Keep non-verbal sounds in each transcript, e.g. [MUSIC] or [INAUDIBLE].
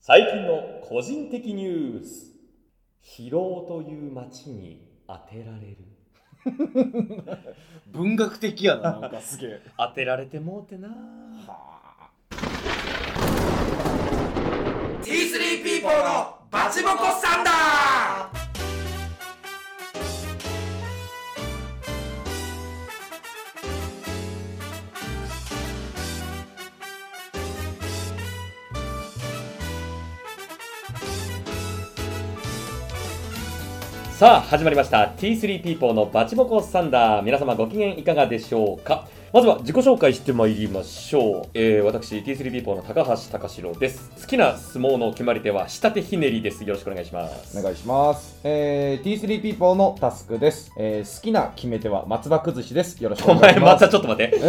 最近の個人的ニュース疲労という街に当てられる文学的やな、 [LAUGHS] なんかすげえ。当てられてもうてなは T3 ピーポーのバチボコサンダーさあ始まりました T3 ピーポーのバチボコサンダー皆様ご機嫌いかがでしょうかまずは自己紹介してまいりましょう、えー、私 T3 ピーポーの高橋隆史郎です好きな相撲の決まり手は下手ひねりですよろしくお願いしますお願いします。えー、T3 ピーポーのタスクです。えー、好きな決め手は松葉崩しです。よろしくおお願い前しまます。たちょっと待って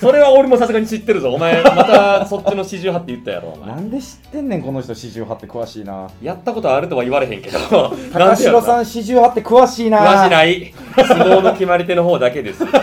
それは俺もさすがに知ってるぞお前またそっちの四十八って言ったやろおえ前なんで知ってんねん、この人、四十八って詳しいな。やったことあるとは言われへんけど高城さんん、四十八って詳しいな。詳しない相撲の決まり手の方だけです [LAUGHS]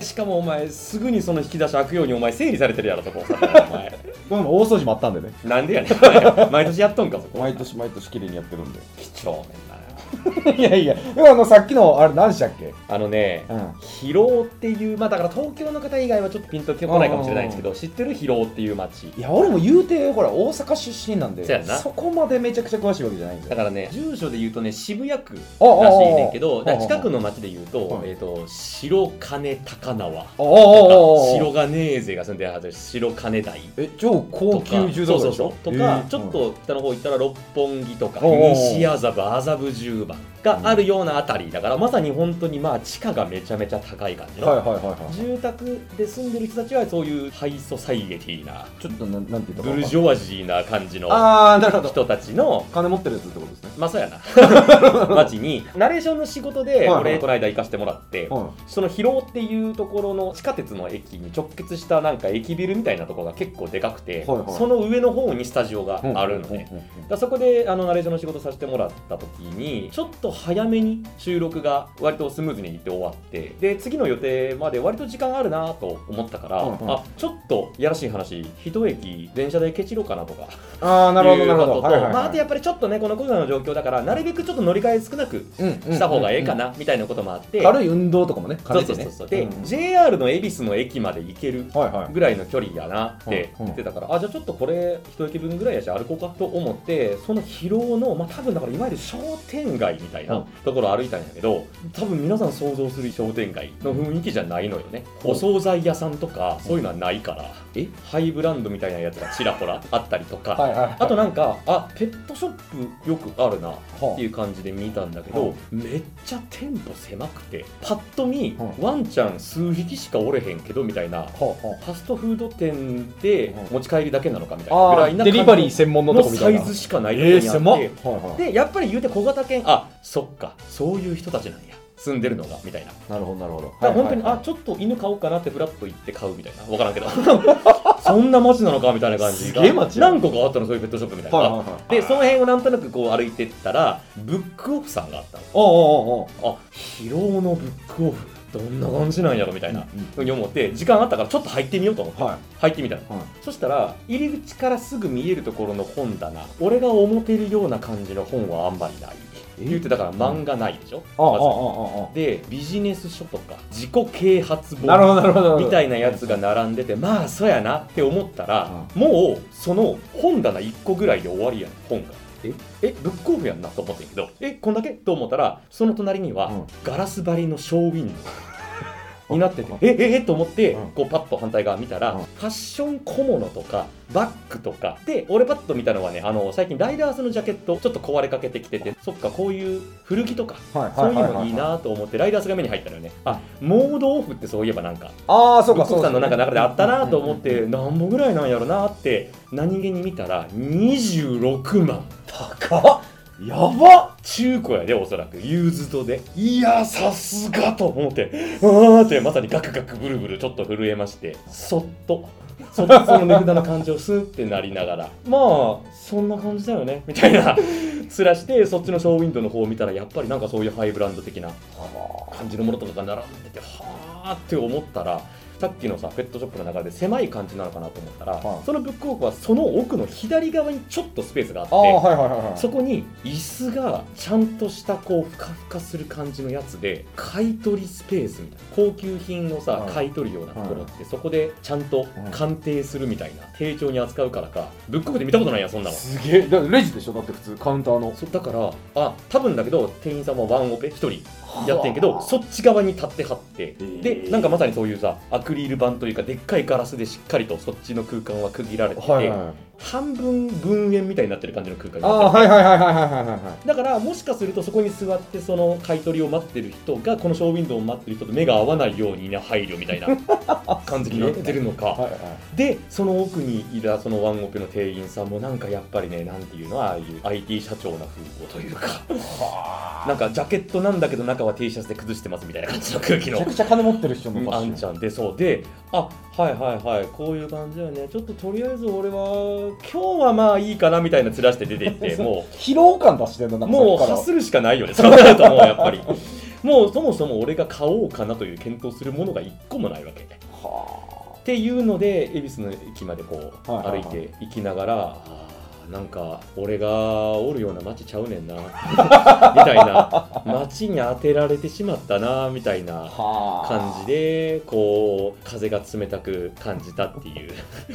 しかもお前すぐにその引き出し開くようにお前整理されてるやろそこお前これも大掃除もあったんでね。なんでやねんお前毎年やっとんかそこ毎年毎年綺麗にやってるんで。貴重面だないやいや、でもあの、さっきの、あれ、何でしたっけあのねうん。疲労っていうまあだから東京の方以外はちょっとピンときこないかもしれないんですけど知ってる疲労っていう街いや、俺も言うて、ほら、大阪出身なんそうやで、なそこまでめちゃくちゃ詳しいわけじゃないんで。だからね住所で言うとね渋谷区ああああらしいねんけど、だから近くの。の町で言うと、うんえっ、と、白金高輪。あああ白あああ金勢が住んでるはずです白金台え、超と高か級住そう宅そうでしそょうとか、えーちょっと北の方行ったら六本木とかおうおう西麻布麻布十番があるようなあたりだから、まさに本当にまあ地価がめちゃめちゃ高い感じの、はいはいはいはい。住宅で住んでる人たちはそういうハイソサイエティなちょっとなんなんて言ったブかルジョワジーな感じのああなるほど人たちの金持ってるやつってことですねまあそうや [LAUGHS] な街にナレーションの仕事でいはい俺この間行かせてもらってはその広尾っていうところの地下鉄の駅に直結したなんか駅ビルみたいなところが結構でかくてはいはいその上の方にスタジオがいあるのねだからそこであのナレーションの仕事させてもらった時にちょっと早めに収録が割とスムーズにいって終わってで次の予定まで割と時間あるなと思ったから、うんうんあちょっといやらしい話一駅電車でケチろうかなとかああ [LAUGHS] なるほどなるいほうどことはいとはいはいまあ、あとやっぱりちょっとねこのコロナの状況だからなるべくちょっと乗り換え少なくした方がええかなみたいなこともあって、軽い運動とかもねそう軽そうくそねうそうで、うん JR の恵比寿の駅まで行けるはいはいぐらいの距離やなってうん言ってたから、あじゃあちょっとこれ一駅分ぐらいやし歩こうかと思ってその疲労の、まあ、多分だからいわゆる商店街みたいなところを歩いたんやけど多分皆さん想像する商店街の雰囲気じゃないのよね、お惣菜屋さんとかそういうのはないから、えハイブランドみたいなやつがちらほらあったりとか、はいはいあとなんかあペットショップよくあるなはっていう感じで見たんだけど、はめっちゃ店舗狭くてパッと見、はワンちゃん数匹しかおれへんけどみたいなあはあはファストフード店ではい持ち帰りだけなのかみたいなあぐらあいーなデリバリー感専門じののとこみたサいなイズしかないとこええにあって、狭っはいはいでやっぱり言うて小型犬あそっかそういう人たちなんや住んでるのがみたいななるほどなるほどだから本当に、はいはいあちょっと犬買おうかなってフラッと行って買うみたいな分からんけ [LAUGHS] どそんな街なのかみたいな感じがすげえ街や何個かあったのそういうペットショップみたいな、はいはいはいでその辺をなんとなくこう歩いてったらブックオフさんがあったのおうおうおうあ疲労のブックオフどんな感じなんやろみたいなうんうんふうに思って時間あったからちょっと入ってみようと思って、は入ってみたの、はいそしたら入り口からすぐ見えるところの本棚俺が思ってるような感じの本はあんまりないえ言ってだから漫画ないでしょ、あああああまずああでビジネス書とか自己啓発なるほ本どなるほどみたいいなやつが並んでてまあそうやなって思ったら、もうその本棚1個ぐらいで終わりやん本がええブックオフやんなと思ってんけどえこんだけと思ったらその隣には、うんガラス張りのショーウィンドウあになっててあえええと思って、うんこうパッと反対側見たら、うんファッション小物とかバッグとかで俺パッと見たのはねあの最近ライダースのジャケットちょっと壊れかけてきててそっかこういう古着とかはいそはういいはういはのいいなと思ってライダースが目に入ったのよねあモードオフってそういえばなんかああそうブックかそオうフさかんの中であったなと思っうんうんて何本ぐらいなんやろなって何気に見たら26万高っやば中古やでおそらくユーズドでいやさすがと思ってあーってまさにガクガクブルブルちょっと震えましてそっとそっとその値札の感じをスーってなりながらまあそんな感じだよねみたいなつらしてそっちのショーウィンドウの方を見たらやっぱりなんかそういうハイブランド的な感じのものとかが並んでてはあって思ったらさっきのさペットショップの中で狭い感じなのかなと思ったら、はいそのブックオフはその奥の左側にちょっとスペースがあってああはいはいはいはいそこに椅子がちゃんとしたこうふかふかする感じのやつで買い取りスペースみたいな高級品のさ、はい買い取るようなところってそこでちゃんと鑑定するみたいな丁重に扱うからかブックオフで見たことないやんそんなのすげえだからレジでしょだって普通カウンターのそだからあ多分だけど店員さんはワンオペ1人やってんけどそっち側に立ってはってでなんかまさにそういうさアクリル板というかでっかいガラスでしっかりとそっちの空間は区切られてて、はいはいはい半分分煙みたいになってる感じの空間にあなってあるはいはいはいはいはいはいはいだからもしかするとそこに座ってその買い取りを待ってる人がこのショーウィンドウを待ってる人と目が合わないようにな配慮みたい [LAUGHS] な感じになってるのか、はいはいでその奥にいたそのワンオペの店員さんもなんかやっぱりねなんていうのああいう IT 社長な風貌というかなんかジャケットなんだけど中は T シャツで崩してますみたいな感じの空気めちゃのくちゃ金持ってる人のファッあんシちョンゃんでそうであはいはいはいこういう感じだよねちょっととりあえず俺は今日はまあいいかなみたいなチラシで出て行 [LAUGHS] ってもう疲労感出してるのなんかもうさっきかハらスるしかないよね、そうなるともうやっ [LAUGHS] ぱり。もうそもそも俺が買おうかなという検討するものが一個もないわけ。っはていうので、恵比寿の駅までこうはいは歩いいはいていきながら、あーなんか俺がおるような街ちゃうねんな、 [LAUGHS] みたいな、街に当てられてしまったな、みたいあなはあ感じで、こう、風が冷たく感じたって [LAUGHS] いう、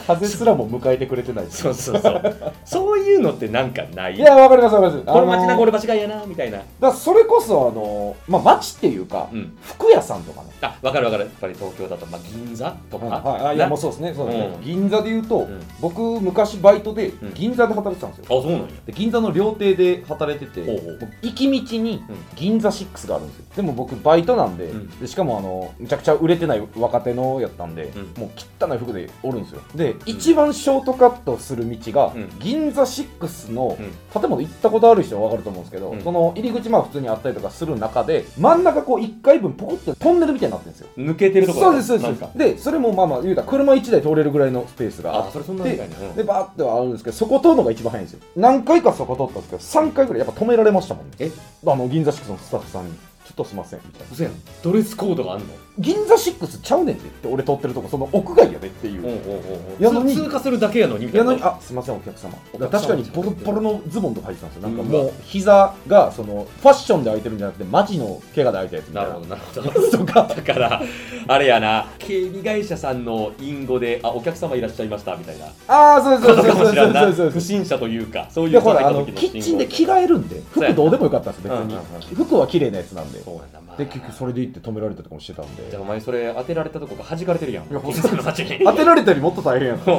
風すらも迎えてくれてないそうそうそう、そういうのってなんかないい。やわかりますわかりますこれ街あな、のこれ街がやな、みたいな。だからそれこそあのまあ街っていうかうん服屋さんとかねあ、わかるわかる。やっぱり東京だと、まあ、銀座とか。はいあいやなもうそうですねそうですねうん銀座で言うとん僕昔バイトでん銀座で働いてたんですあ、よそうなんや。で銀座の料亭で働いてほうてほう行き道にうん銀座6があるんですよでも僕バイトなんで,、うんでしかもあのめちゃくちゃ売れてない若手のやったんで、うんもう汚い服でおるんですよで、一番ショートカットする道が、うん銀座6のうん建物行ったことある人は分かると思うんですけど、うんその入り口まあ普通にあったりとかする中で真ん中こう1回分ポコってトンネルみたいになってるんですよ抜けてるとこそうですそうでなんすかでそれもまあまあ言うたら車1台通れるぐらいのスペースがあってあ、それそんなみたいな。うんでバーってはあるんですけどそこ通るのが一番早いんですよ何回かそこ通ったんですけど3回ぐらいやっぱ止められましたもんねえあの銀座シックスのスタッフさんにちょっとすいませんみたいな嘘やん。ドレスコードがあんの。銀座シックスちゃうねんってって俺通ってるとこその屋外やでっていう、おうおうおうおうやのに通過するだけやのにみたやいのな。にあすいませんお客様お客様確かにボロボロのズボンとか履いてたんですよなんかうもわう膝がそのファッションで開いてるんじゃなくてマジの怪我で開いたやつみなたいるなほど、なるほど。 [LAUGHS] そうか。だから、あれやな、警備会社さんの隠語で、あ、お客様いらっしゃいましたみたいな。ああそうそそううかそうもそうしらんな。そうそう不審者というか、そういでうほ人がらあいたの時のキッチンで着替え。えるんでそうや服どうでもよかったんです別うんうんにうん服は綺麗なやつなんでそうやな、まあ。で結局それで行って止められたとかもしてたんでじゃあお前それ当てられたとこが弾かれてるやん。いやほんと銀座の街に。当てられたよりもっと大変や [LAUGHS] なそ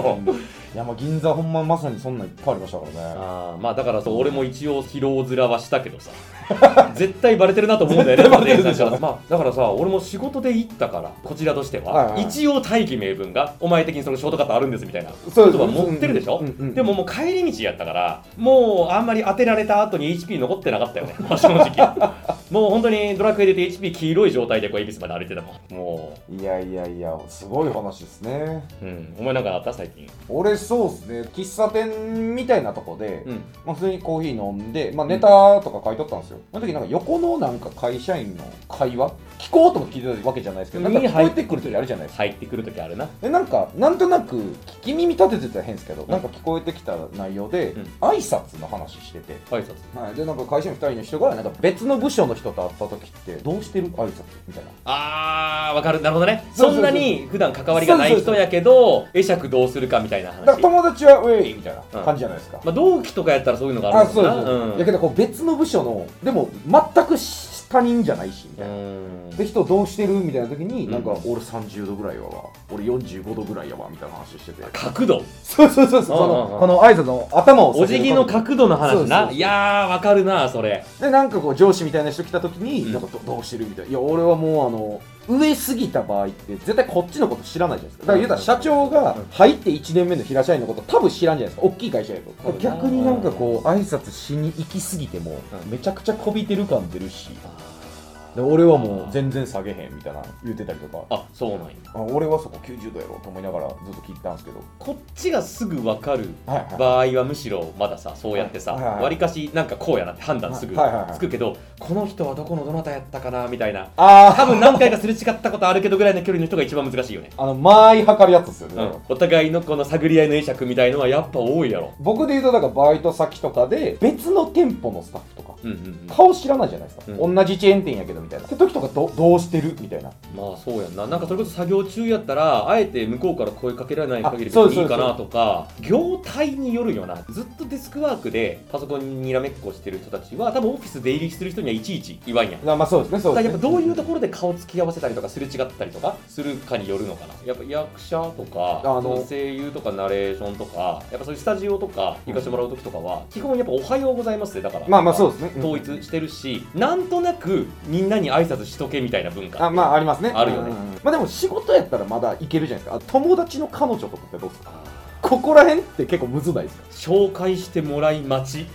いやまあ銀座ほんままさにそんなんいっぱいありましたからねあーまあだからそう俺も一応疲労面はしたけどさ [LAUGHS] 絶対バレてるなと思うんだよね絶対バレてるでしょまあまあだからさ俺も仕事で行ったからこちらとしては、はいはい一応大義名分がお前的にそのショートカットあるんですみたいなそ言うです葉持ってるでしょ、うんうんうんでももう帰り道やったからもうあんまり当てられた後に HP 残ってなかったよね正直 [LAUGHS] もう本当にドラクエ出て HP 黄色い状態でこう恵比寿まで歩いてたもんもいやいやいやすごい話ですねう、うん、お前なんかあった最近俺そうですね喫茶店みたいなとこで、うんまあ、普通にコーヒー飲んで、まあ、ネタとか書いとったんですよ、その時なんか横のなんか会社員の会話聞こうとも聞いてたわけじゃないですけどなんか耳聞入こっえてくる時あるじゃないですか入ってくる時あるなでなんかなんとなく聞き耳立ててたら変ですけど、なんか聞こえてきた内容で、うん挨拶の話してて、挨拶はい、でなんか会社員2人の人がなんか別の部署の人と会った時ってどうしてる挨拶みたいなあー、わかる。なるほどね。そそうんなに普段関わりがない人やけど、会釈どうするかみたいなだから話。ま友達はウェイみたいな感じじゃないですか、あ、同期とかやったらそういうのがああるのかそうな。そう、んだけどこう別の部署のでも全く他人じゃないしみたいな、うんで人どうしてるみたいな時に、うんなんか俺30度ぐらいやわ俺45度ぐらいやわみたいな話してて角度。そうそうそうそううんそうんうんのこの挨拶の頭をお辞儀のか角度の話そうそうな。そういやー、わかるな、それ。でなんかこう上司みたいな人来た時に、うんなんかどどうしてるみたいないや俺はもうあの上過ぎた場合って絶対こっちのこと知らないじゃないですかだから言うたら社長がうん入って1年目の平社員のこと多分知らんじゃないですか大きい会社やそとうだな逆になんかこう挨拶しに行き過ぎてもめちゃくちゃこびてる感出るしあで俺はもう全然下げへんみたいな言ってたりとかあそうなんやあ俺はそこ90度やろと思いながらずっと聞いてたんですけどこっちがすぐ分かるはいはい場合はむしろまださそうやってさはいはいはいわりかしなんかこうやなって判断すぐはいはいはいつくけどこの人はどこのどなたやったかなみたいなあ多分何回かすれ違ったことあるけどぐらいの距離の人が一番難しいよね、ああの間合い測るやつですよね、うだかんら、お互いのこの探り合いの会釈みたいのはやっぱ多いやろ僕で言うとだからバイト先とかで別の店舗のスタッフとかうんうんうん顔知らないじゃないですか、うん同じチェーン店やけどみたいなって時とかどどうしてるみたいなまあそうやんななんかそれこそ作業中やったらあえて向こうから声かけられない限りあ別そうですにいいかなとか業態によるよなずっとデスクワークでパソコンににらめっこしてる人たちは多分オフィス出入りする人にはいちいち言わんやんあまあそうですねそうだでからすやっねぱどういうところで顔つき合わせたりとかすれ違ったりとかするかによるのかなやっぱ役者とかあのその声優とかナレーションとかやっぱそういうスタジオとか行かせてもらう時とかは基本やっぱ「おはようございます」でだからまあまあそうですねうん統一してるしなんとなくみんなに挨拶しとけみたいな文化あまあありますねあるよねうんうんうんまあでも仕事やったらまだいけるじゃないですかあ友達の彼女とかってどうですかあここら辺って結構むずないですか紹介してもらい待ち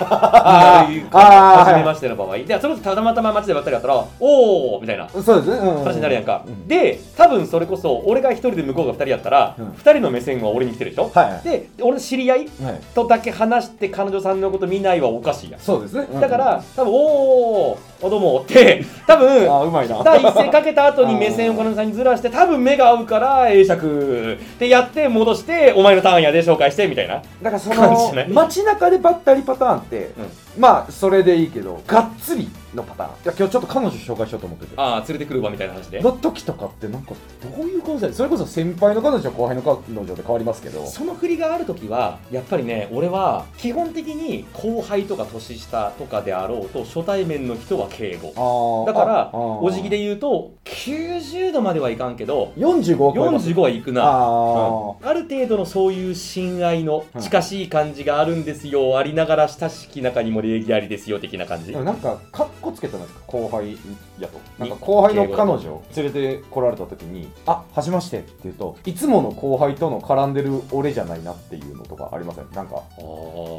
あーにな [LAUGHS] るあー初めましての場合でそれこそたまたま街でばったりだったら「おお」みたいなそうですね、うんうんうん話になるやんか、うんで多分それこそ俺が一人で向こうが二人やったら、う二ん人の目線は俺に来てるでしょ、はいはいで俺の知り合いはいとだけ話して彼女さんのこと見ないはおかしいやんそうですね、うんうんだから多分「おーおどうも」って多分あうまいな第一声かけた後に目線を彼女さんにずらして多分目が合うから会釈ってやって戻してお前のターンやで紹介してみたいなだからそ感じしなのい街中でばったりパターンって、まあそれでいいけどがっつりのパターンいや今日ちょっと彼女紹介しようと思っててああ連れてくるわみたいな話での時とかってなんかどういう感じだそれこそ先輩の彼女後輩の彼女で変わりますけどその振りがある時はやっぱりね俺は基本的に後輩とか年下とかであろうと初対面の人は敬語あだからお辞儀でで言うと90度まではいかんけど45億45はいくなあうんある程度のそういう親愛の近しい感じがあるんですよ、ありながら親しき中にも礼儀ありですよ的な感じ、ーでもなんかかっこつけたんですか後輩やとなんか後輩の彼女連れてこられた時に「あはじめまして」って言うといつもの後輩との絡んでる俺じゃないなっていうのとかありませんなんか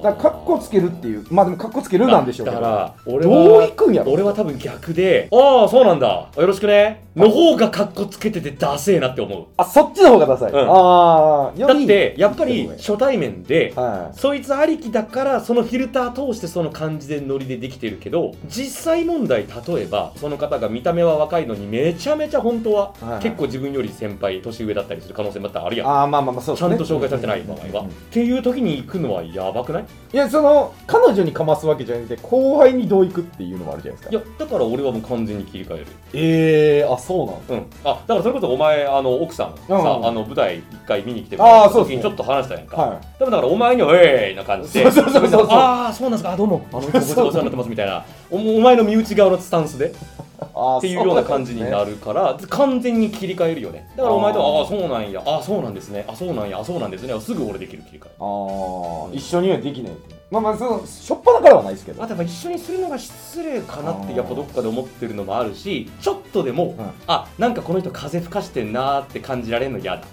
だからかっこつけるってういうまあでもかっこつけるなんでしょうけだどから俺どうはいくんやろ俺は多分逆でああそうなんだよろしくねの方がかっこつけててダセえなって思うあそっちの方がダサい、うんああだってやっぱり初対面ではそいつありきだからそのフィルター通してその感じでノリでできてるけど実際問題例えばその方が見た目は若いのにめちゃめちゃ本当はいははい結構自分より先輩年上だったりする可能性もあったらあるいやんああまあまあまあそうちですゃねんと紹介されてない場合うんはっていう時に行くのはやばくないいやその彼女にかますわけじゃなくて後輩にどういくっていうのもあるじゃないですいかやだから俺はもう完全に切り替えるええー、あそうなんうん、あだからそれこそお前あの奥さんさ、うんあの舞台一回見に来てあーその時そうですねにちょっと話したやんか、は多分だからお前には「えーい!」な感じでそうそうそうそうああそうなんですかあどうもあのごちそうごちそうになってますみたいなおお前の身内側のスタンスでいっていうような感じになるるから、完全に切り替えるよねだからお前とあーは「ああーそうなんやああそうなんですねあそうなんやあそうなんですね」すぐ俺できる切り替えああ一緒にはできないまあまあそのしょっぱなからはないですけどあとやっぱ一緒にするのが失礼かなっあてーやっぱどっかで思ってるのもあるしちょっとでも、うんあなんかこの人風吹かしてんなーって感じられるの嫌だ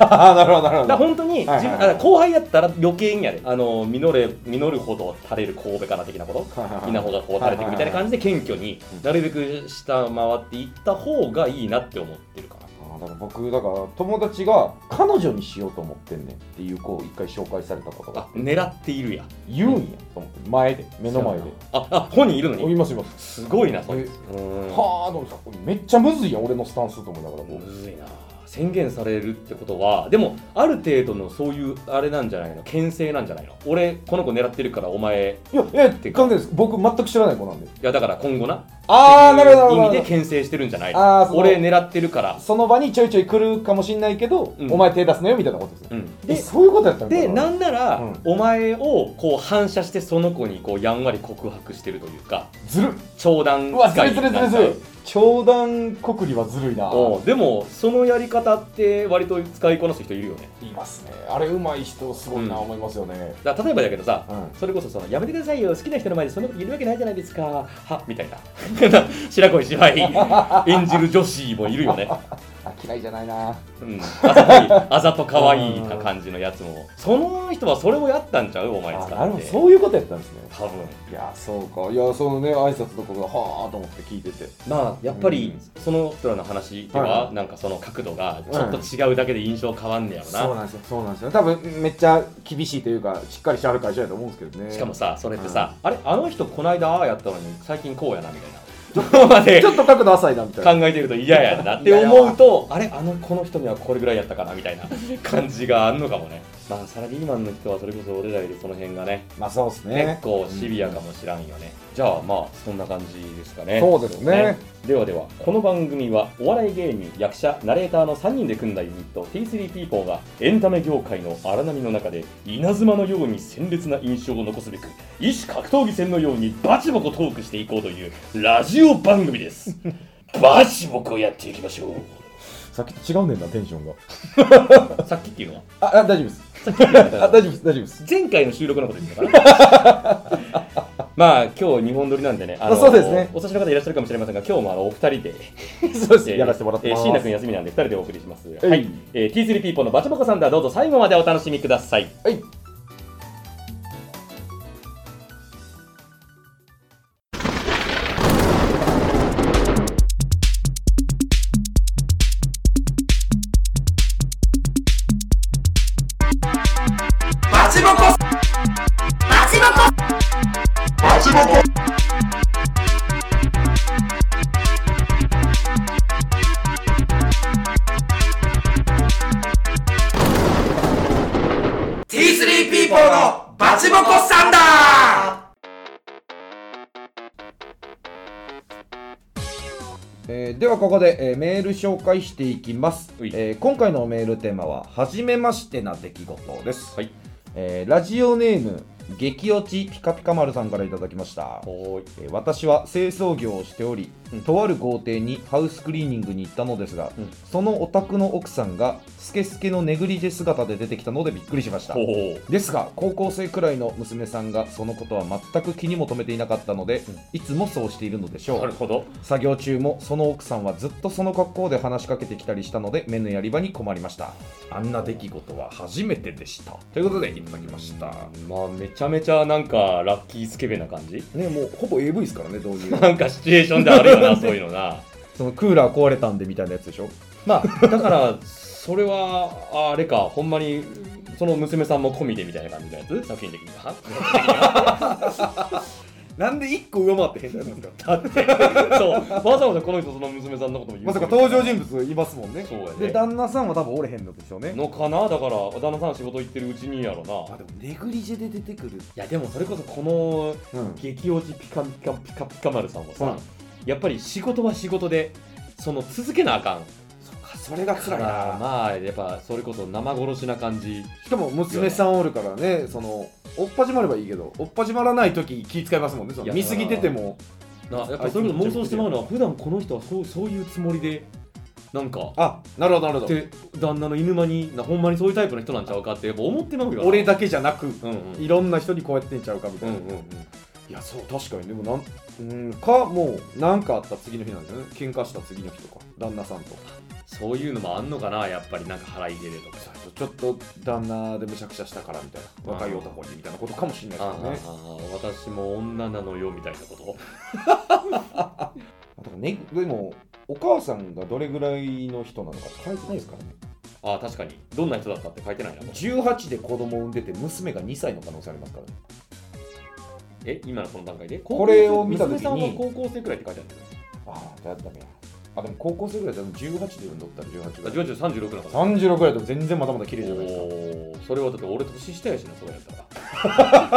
あなるほどなるほだからど本当にはい自分あはいはいだから後輩やったら余計にやであの実れ実るほど垂れる神戸かな的なこと [LAUGHS] 稲穂がこう垂れていくみたいな感じで謙虚にうんなるべく下回っていった方がいいなって思ってるかなあーだから僕だから友達が彼女にしようと思ってんねんっていう子を一回紹介されたことがあ狙っているや言うんやと思って前で目の前でああ本人いるのおいにますいますすごいなそいつうーんはあどうですかめっちゃむずいやん俺のスタンスと思いながらこうむずいな宣言されるってことはでもある程度のそういうあれなんじゃないの牽制なんじゃないの俺この子狙ってるからお前いや、え、って関係ないです。僕、全く知らない子なんで。いやだから今後なあー、なるほど、意な味でるほど。牽制してるんじゃないあーそのの俺狙ってるからその場にちょいちょい来るかもしれないけど、うんお前手出すなよみたいなことですね。うんえ、でそういうことやったのかでなんなら、うんお前をこう反射してその子にこうやんわり告白してるというかずるっ冗談うわ、ず使るいいずるいずなるいんずかるい。長談告りはずるいな。うんでもそのやり方って割と使いこなす人いるよねいますね。あれ、うまい人、すごいな、うん思いますよね。だから例えばだけどさ、うんそれこそそのやめてくださいよ好きな人の前でそんなこと言えるわけないじゃないですか [LAUGHS] [LAUGHS] はみたいな白恋芝居演じる女子もいるよねあ、嫌いじゃないなうん、あざといあざと可愛いな感じのやつもその人はそれをやったんちゃうお前使あってなるほどそういうことやったんですね多分いやそうかいやそのね挨拶とかがはあと思って聞いててまあやっぱりうその人らの話ではいははなんかその角度がちょっと違うだけで印象変わんねやろそうななんですよそうなんですよ多分めっちゃ厳しいというかしっかりしてある会社やと思うんですけどねしかもさそれってさあれあの人こないだああやったのに最近こうやなみたいなとこまでちょっと角度浅いなみたい考なえてると嫌やなって思うとあれあのこの人にはこれぐらいやったかなみた [LAUGHS] いな感じがあんのかもねまあサラリーマンの人はそれこそ俺らよりその辺がねまあそうですね結構シビアかもしらんよね、じゃあまあそんな感じですかねそうですねではではこの番組はお笑い芸人役者ナレーターの3人で組んだユニット T3 ピーポーがエンタメ業界の荒波の中で稲妻のように鮮烈な印象を残すべく異種格闘技戦のようにバチボコトークしていこうというラジオ番組です [LAUGHS] バチボコやっていきましょさっきと違うねんなテンションがうさっきっていうのはああ大丈夫ですあ大丈夫です大丈夫です前回の収録のこと言ってたか [LAUGHS] なまあ今日日本撮りなんでね、あのあそうですねお察しの方いらっしゃるかもしれませんが、今日もあのお二人で、そうですえーやらせてもらってますえー椎名君休みなんで、二人でお送りします。いはい、えー、T3 ピーポーのバチボコさんだ、どうぞ最後までお楽しみください。はいバチボコバチボコバチボコ T3 ピーポーのバチボコサンダーえーではここで、えーメール紹介していきます、ういえー今回のメールテーマは「はじめましてな出来事」です、はいえーラジオネーム激落ちピカピカ丸さんからいただきましたおーい。えー私は清掃業をしており、うんとある豪邸にハウスクリーニングに行ったのですが、うんそのお宅の奥さんがスケスケのネグリジェ姿で出てきたのでびっくりしましたおーですが高校生くらいの娘さんがそのことは全く気にも留めていなかったので、うんいつもそうしているのでしょうなるほど。作業中もその奥さんはずっとその格好で話しかけてきたりしたので目のやり場に困りましたあんな出来事は初めてでしたということでいただきましたまあ、めちゃめちゃなんかラッキースケベな感じ。 [LAUGHS] ねもうほぼ AV ですからねどういうなんかシチュエーションであるよ [LAUGHS] な、そういうのな。 [LAUGHS] そのクーラー壊れたんでみたいなやつでしょまあ、だから、それは、あれか、ほんまに、その娘さんも込みでみたいな感じのやつ作品的にはなんで1個上回って変態なんですだかって、そう、わざわざこの人、その娘さんのことも言う。 [LAUGHS] まさか登場人物いますもんねそうやねで旦那さんは多分折れへんのでしょうねのかなだから、旦那さん仕事行ってるうちにやろな。いでもネグリジェで出てくるや、でもそれこそこのうん激落ちピカピカピカピカ丸さんもさ、うんやっぱり仕事は仕事で、その続けなあかん。そっかそれがからまあ、やっぱそれこそ生殺しな感じ。しかも娘さんおるからね、その、おっぱじまればいいけど、おっぱじまらないとき気使いますもんね、そいのや見すぎてても。なやっぱそういうこと妄想してまうのは、普段この人はそうそういうつもりで、なんか、あ、なるほど、なるほど。で旦那の犬間にな、ほんまにそういうタイプの人なんちゃうかって、やっぱ思ってまうよな。俺だけじゃなく、うんうん。いろんな人にこうやってんちゃうかみたういんな。うんうん。いや、そう、確かに、でもなん、うん、か、もう、なんかあった次の日なんだよね。喧嘩した次の日とか、旦那さんと。そういうのもあんのかな、やっぱりなんか腹いででとかさ。ちょっと旦那でむちゃくちゃしたからみたいな、若い男にみたいなことかもしれないですあかあらね。私も女なのよみたいなことだからねでも、お母さんがどれぐらいの人なのか書いてないですからね。ああ確かにどんな人だったって書いてないなもう18で子供を産んでて、娘が2歳の可能性ありますからね。え今のこの段階でこれを見た時に娘さんは高校生くらいって書いてあるんだよああ、だダメや。あ、でも高校生ぐらいだと18で産んどったら18ぐらい。 18、36だから36ぐらいだと全然まだまだ綺麗じゃないですか。おーそれはだって俺年下やしなそれやったらい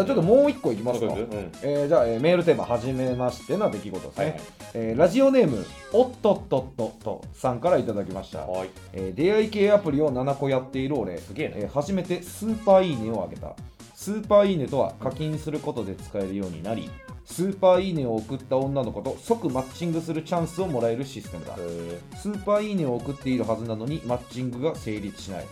やちょっともう一個いきますそかう。いうことうんえー、じゃあ、えーメールテーマ、はじめましてな出来事ですはね、いえーラジオネーム、おっとっとっとっとさんからいただきました、はいはいえー出会い系アプリを7個やっている俺、すげえなえー初めてスーパーいいねをあげた。スーパーいいねとは課金することで使えるようになり、スーパーいいねを送った女の子と即マッチングするチャンスをもらえるシステムだ。へスーパーいいねを送っているはずなのにマッチングが成立しない、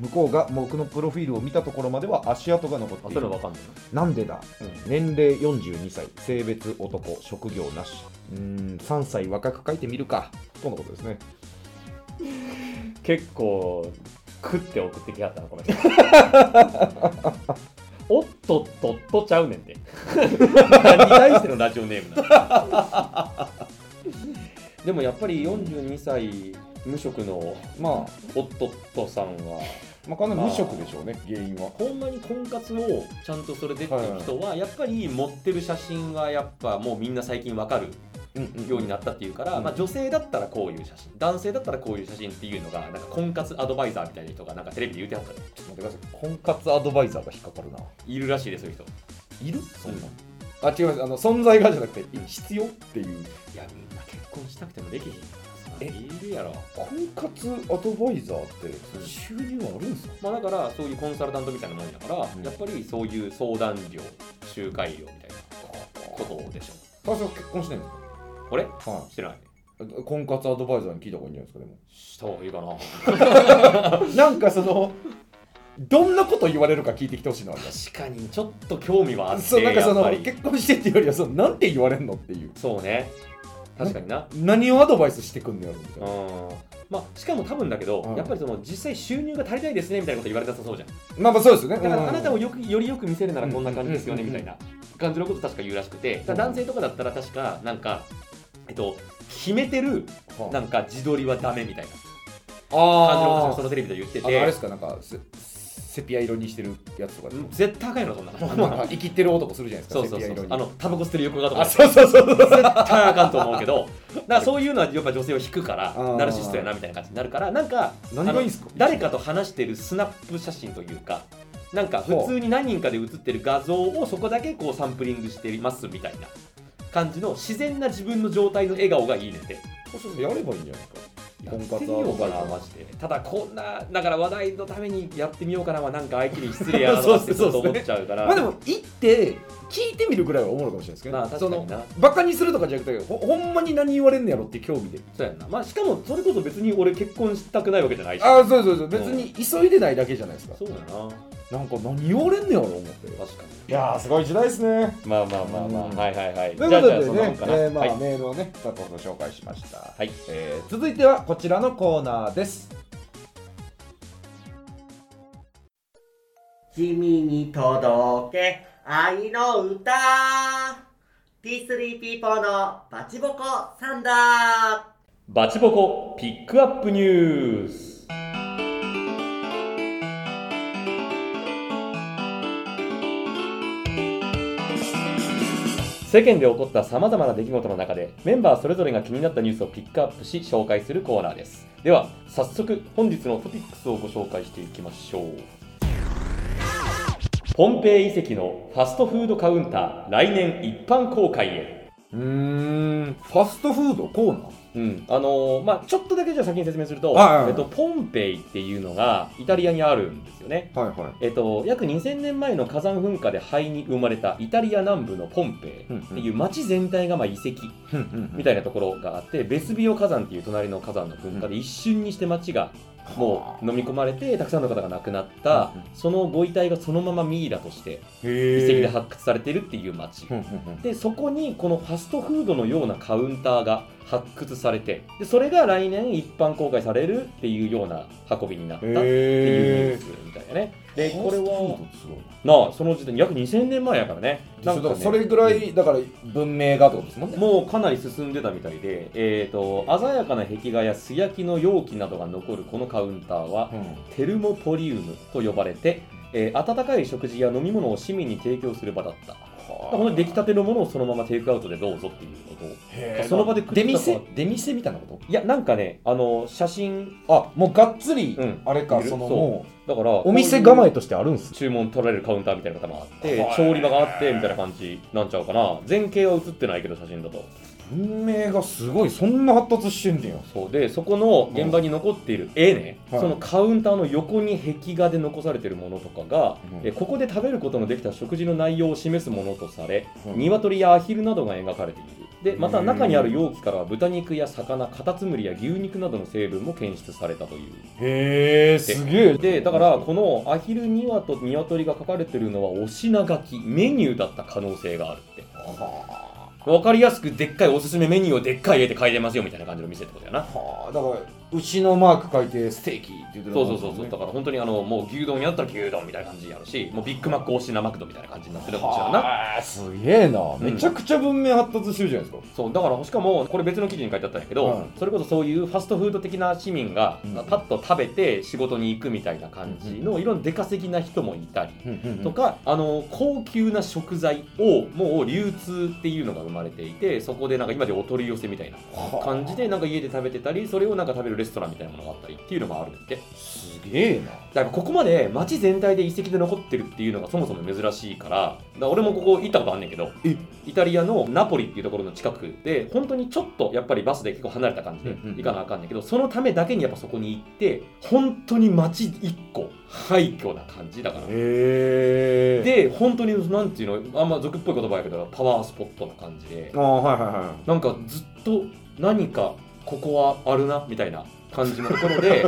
向こうが僕のプロフィールを見たところまでは足跡が残ってあいそれるはわかんないなんでだなうん年齢42歳性別男職業なしうーん3歳若く書いてみるかとのことですね結構食って送ってきはったなこの [LAUGHS] 人おっとっとっとちゃうねんて何に対してのラジオネームなの [LAUGHS] でもやっぱり42歳無職のまあ、おっとっとさんはまあ、かなり無職でしょうね、原因は。ほんまに婚活をちゃんとそれでっていう人はやっぱり持ってる写真がやっぱもうみんな最近わかるうんようになったっていうから、うんまあ、女性だったらこういう写真男性だったらこういう写真っていうのがなんか婚活アドバイザーみたいな人がなんかテレビで言うてはったねちょっと待ってください。婚活アドバイザーが引っかかるな。いるらしいですそういう人いるそんな。あ、違います。あの、存在がじゃなくて、必要っていう。いやみんな結婚したくてもできひんえいるやろ婚活アドバイザーってうん収入はあるんですかまあだからそういうコンサルタントみたいなもんだから、うんやっぱりそういう相談料仲介料みたいなことでしょ最初結婚してんのは俺してないい。婚活アドバイザーに聞いた方がいいんじゃないですか、でも。した方がいいかななんかその、どんなこと言われるか聞いてきてほしいのはあります。確かにちょっと興味はあってそう、なんかそやっのぱ、り結婚してっていうよりは、その、なんて言われんのっていう。そうね確かにな何をアドバイスしてくんのやろみたいうんな。まあしかも多分だけど、うんやっぱりその実際収入が足りないですねみたいなこと言われたさそうじゃんまあまあそうですよね。だからあなたをうんよくよりよく見せるならこんな感じですよねうんみたいな感じのこと確か言うらしくてだから男性とかだったら確かなんかえっと決めてるはなんか自撮りはダメみたいな感じのことあをそのテレビで言ってーあのあれでてすか、なんかセセピア色にしてるやつとかですか。絶対赤いの [LAUGHS] そんなあのなんかの生きてる男するじゃないですそか、うセそうピアそうそ色うに。あのタバコ捨てる横がとかあ、そうそうそうそう。絶対あかんと思うけどだからそういうのはやっぱ女性を引くからあーナルシストやなみたいな感じになるからなんか何がいいんすかあの誰かと話してるスナップ写真というかなんか普通に何人かで写ってる画像をそこだけこうサンプリングしていますみたいな感じの自然な自分の状態の笑顔がいいねってそうそうそうやればいいんじゃないや婚っ活アてみドようかバイザなーマジでただこんなだから話題のためにやってみようかなはなんか相手に失礼やなとかってちょっと思っちゃうからまあでも、行って、聞いてみるぐらいはおもろいかもしれないですけど、まあ確かにそなの、バカにするとかじゃなくて、ほほんまに何言われんのやろっていう興味で。そうやんなまあしかもそれこそ別に俺結婚したくないわけじゃないしああ、そうそうそう、別に急いでないだけじゃないですか。そうやななんか何言われんのやろ思って。確かにいやー、すごい時代ですね。まあまあまあまあ、うんはいはいはい。ということでそんなもんね、かなえーまはあい、メールをね、2つほど紹介しました。はいえー続いてはこちらのコーナーです。君に届け愛の歌 T3 ピーポーのバチボコサンダーバチボコピックアップニュース。世間で起こったさまざまな出来事の中でメンバーそれぞれが気になったニュースをピックアップし紹介するコーナーですでは早速本日のトピックスをご紹介していきましょうポンペイ遺跡のファストフードカウンター来年一般公開へうーん、ファストフードコーナーうんあのーまあ、ちょっとだけじゃあ先に説明すると、はいはいはいえっと、ポンペイっていうのがイタリアにあるんですよね、はいはい。えっと、約2000年前の火山噴火で灰に生まれたイタリア南部のポンペイうんうんっていう町全体がまあ遺跡みみたいなところがあってベスビオ火山っていう隣の火山の噴火で一瞬にして町がもう飲み込まれてたくさんの方が亡くなったうんそのご遺体がそのままミイラとして遺跡で発掘されてるっていう町でそこにこのファストフードのようなカウンターが発掘されてでそれが来年一般公開されるっていうような運びになったっていうニュースみたいなねでこれはなあその時点約2000年前やからねななんんかか、ねね、それぐらいだから文明がってことですもんね。もうかなり進んでたみたいで、えー、と鮮やかな壁画や素焼きの容器などが残るこのカウンターはテルモポリウムと呼ばれて、えー温かい食事や飲み物を市民に提供する場だったこの出来たてのものをそのままテイクアウトでどうぞっていうことをその場で食った出店出店みたいなこいやなんかねあの写真とあもうがっつり、うんあれかいるそのそうもだからうお店構えことしてあるんすういう注文取られるカウンターみたいなのが多分あって調理場があってみたいな感じなんちゃうかな前景は写ってないけど写真だと文明がすごいそんな発達してんねやそうでそこの現場に残っている絵ね、はいそのカウンターの横に壁画で残されているものとかが、うんえここで食べることのできた食事の内容を示すものとされ、うん鶏やアヒルなどが描かれているでまた中にある容器からは豚肉や魚カタツムリや牛肉などの成分も検出されたというへえすげえでだからこのアヒル2羽と鶏が書かれてるのはお品書きメニューだった可能性があるって分かりやすくでっかいおすすめメニューをでっかい絵で書いてますよみたいな感じの店ってことやなはあだから牛のマーク書いてステーキって言ってたそうそうそうそうだから本当にあのもう牛丼やったら牛丼みたいな感じやるしもうビッグマック推し生マクドみたいな感じになってるかもしれないなああすげえなめちゃくちゃ文明発達してるじゃないですか、そうだからしかもこれ別の記事に書いてあったんやけど、うんそれこそそういうファストフード的な市民が、うんパッと食べて仕事に行くみたいな感じのいろんな出稼ぎな人もいたり、とか、あの高級な食材をもう流通っていうのが生まれていてそこでなんか今でお取り寄せみたいな感じでなんか家で食べてたりそれをなんか食べるレストランみたいなものがあったりっていうのがあるんですげえなだからここまで街全体で遺跡で残ってるっていうのがそもそも珍しいからだから俺もここ行ったことあんねんけどえイタリアのナポリっていうところの近くで本当にちょっとやっぱりバスで結構離れた感じでうんうん行かなあかんねんけどそのためだけにやっぱそこに行って本当に街一個廃墟な感じだから。へえで本当になんていうのあんま俗っぽい言葉やけどパワースポットな感じでああはいはいはなんかずっと何かここはあるなみたいな感じのところで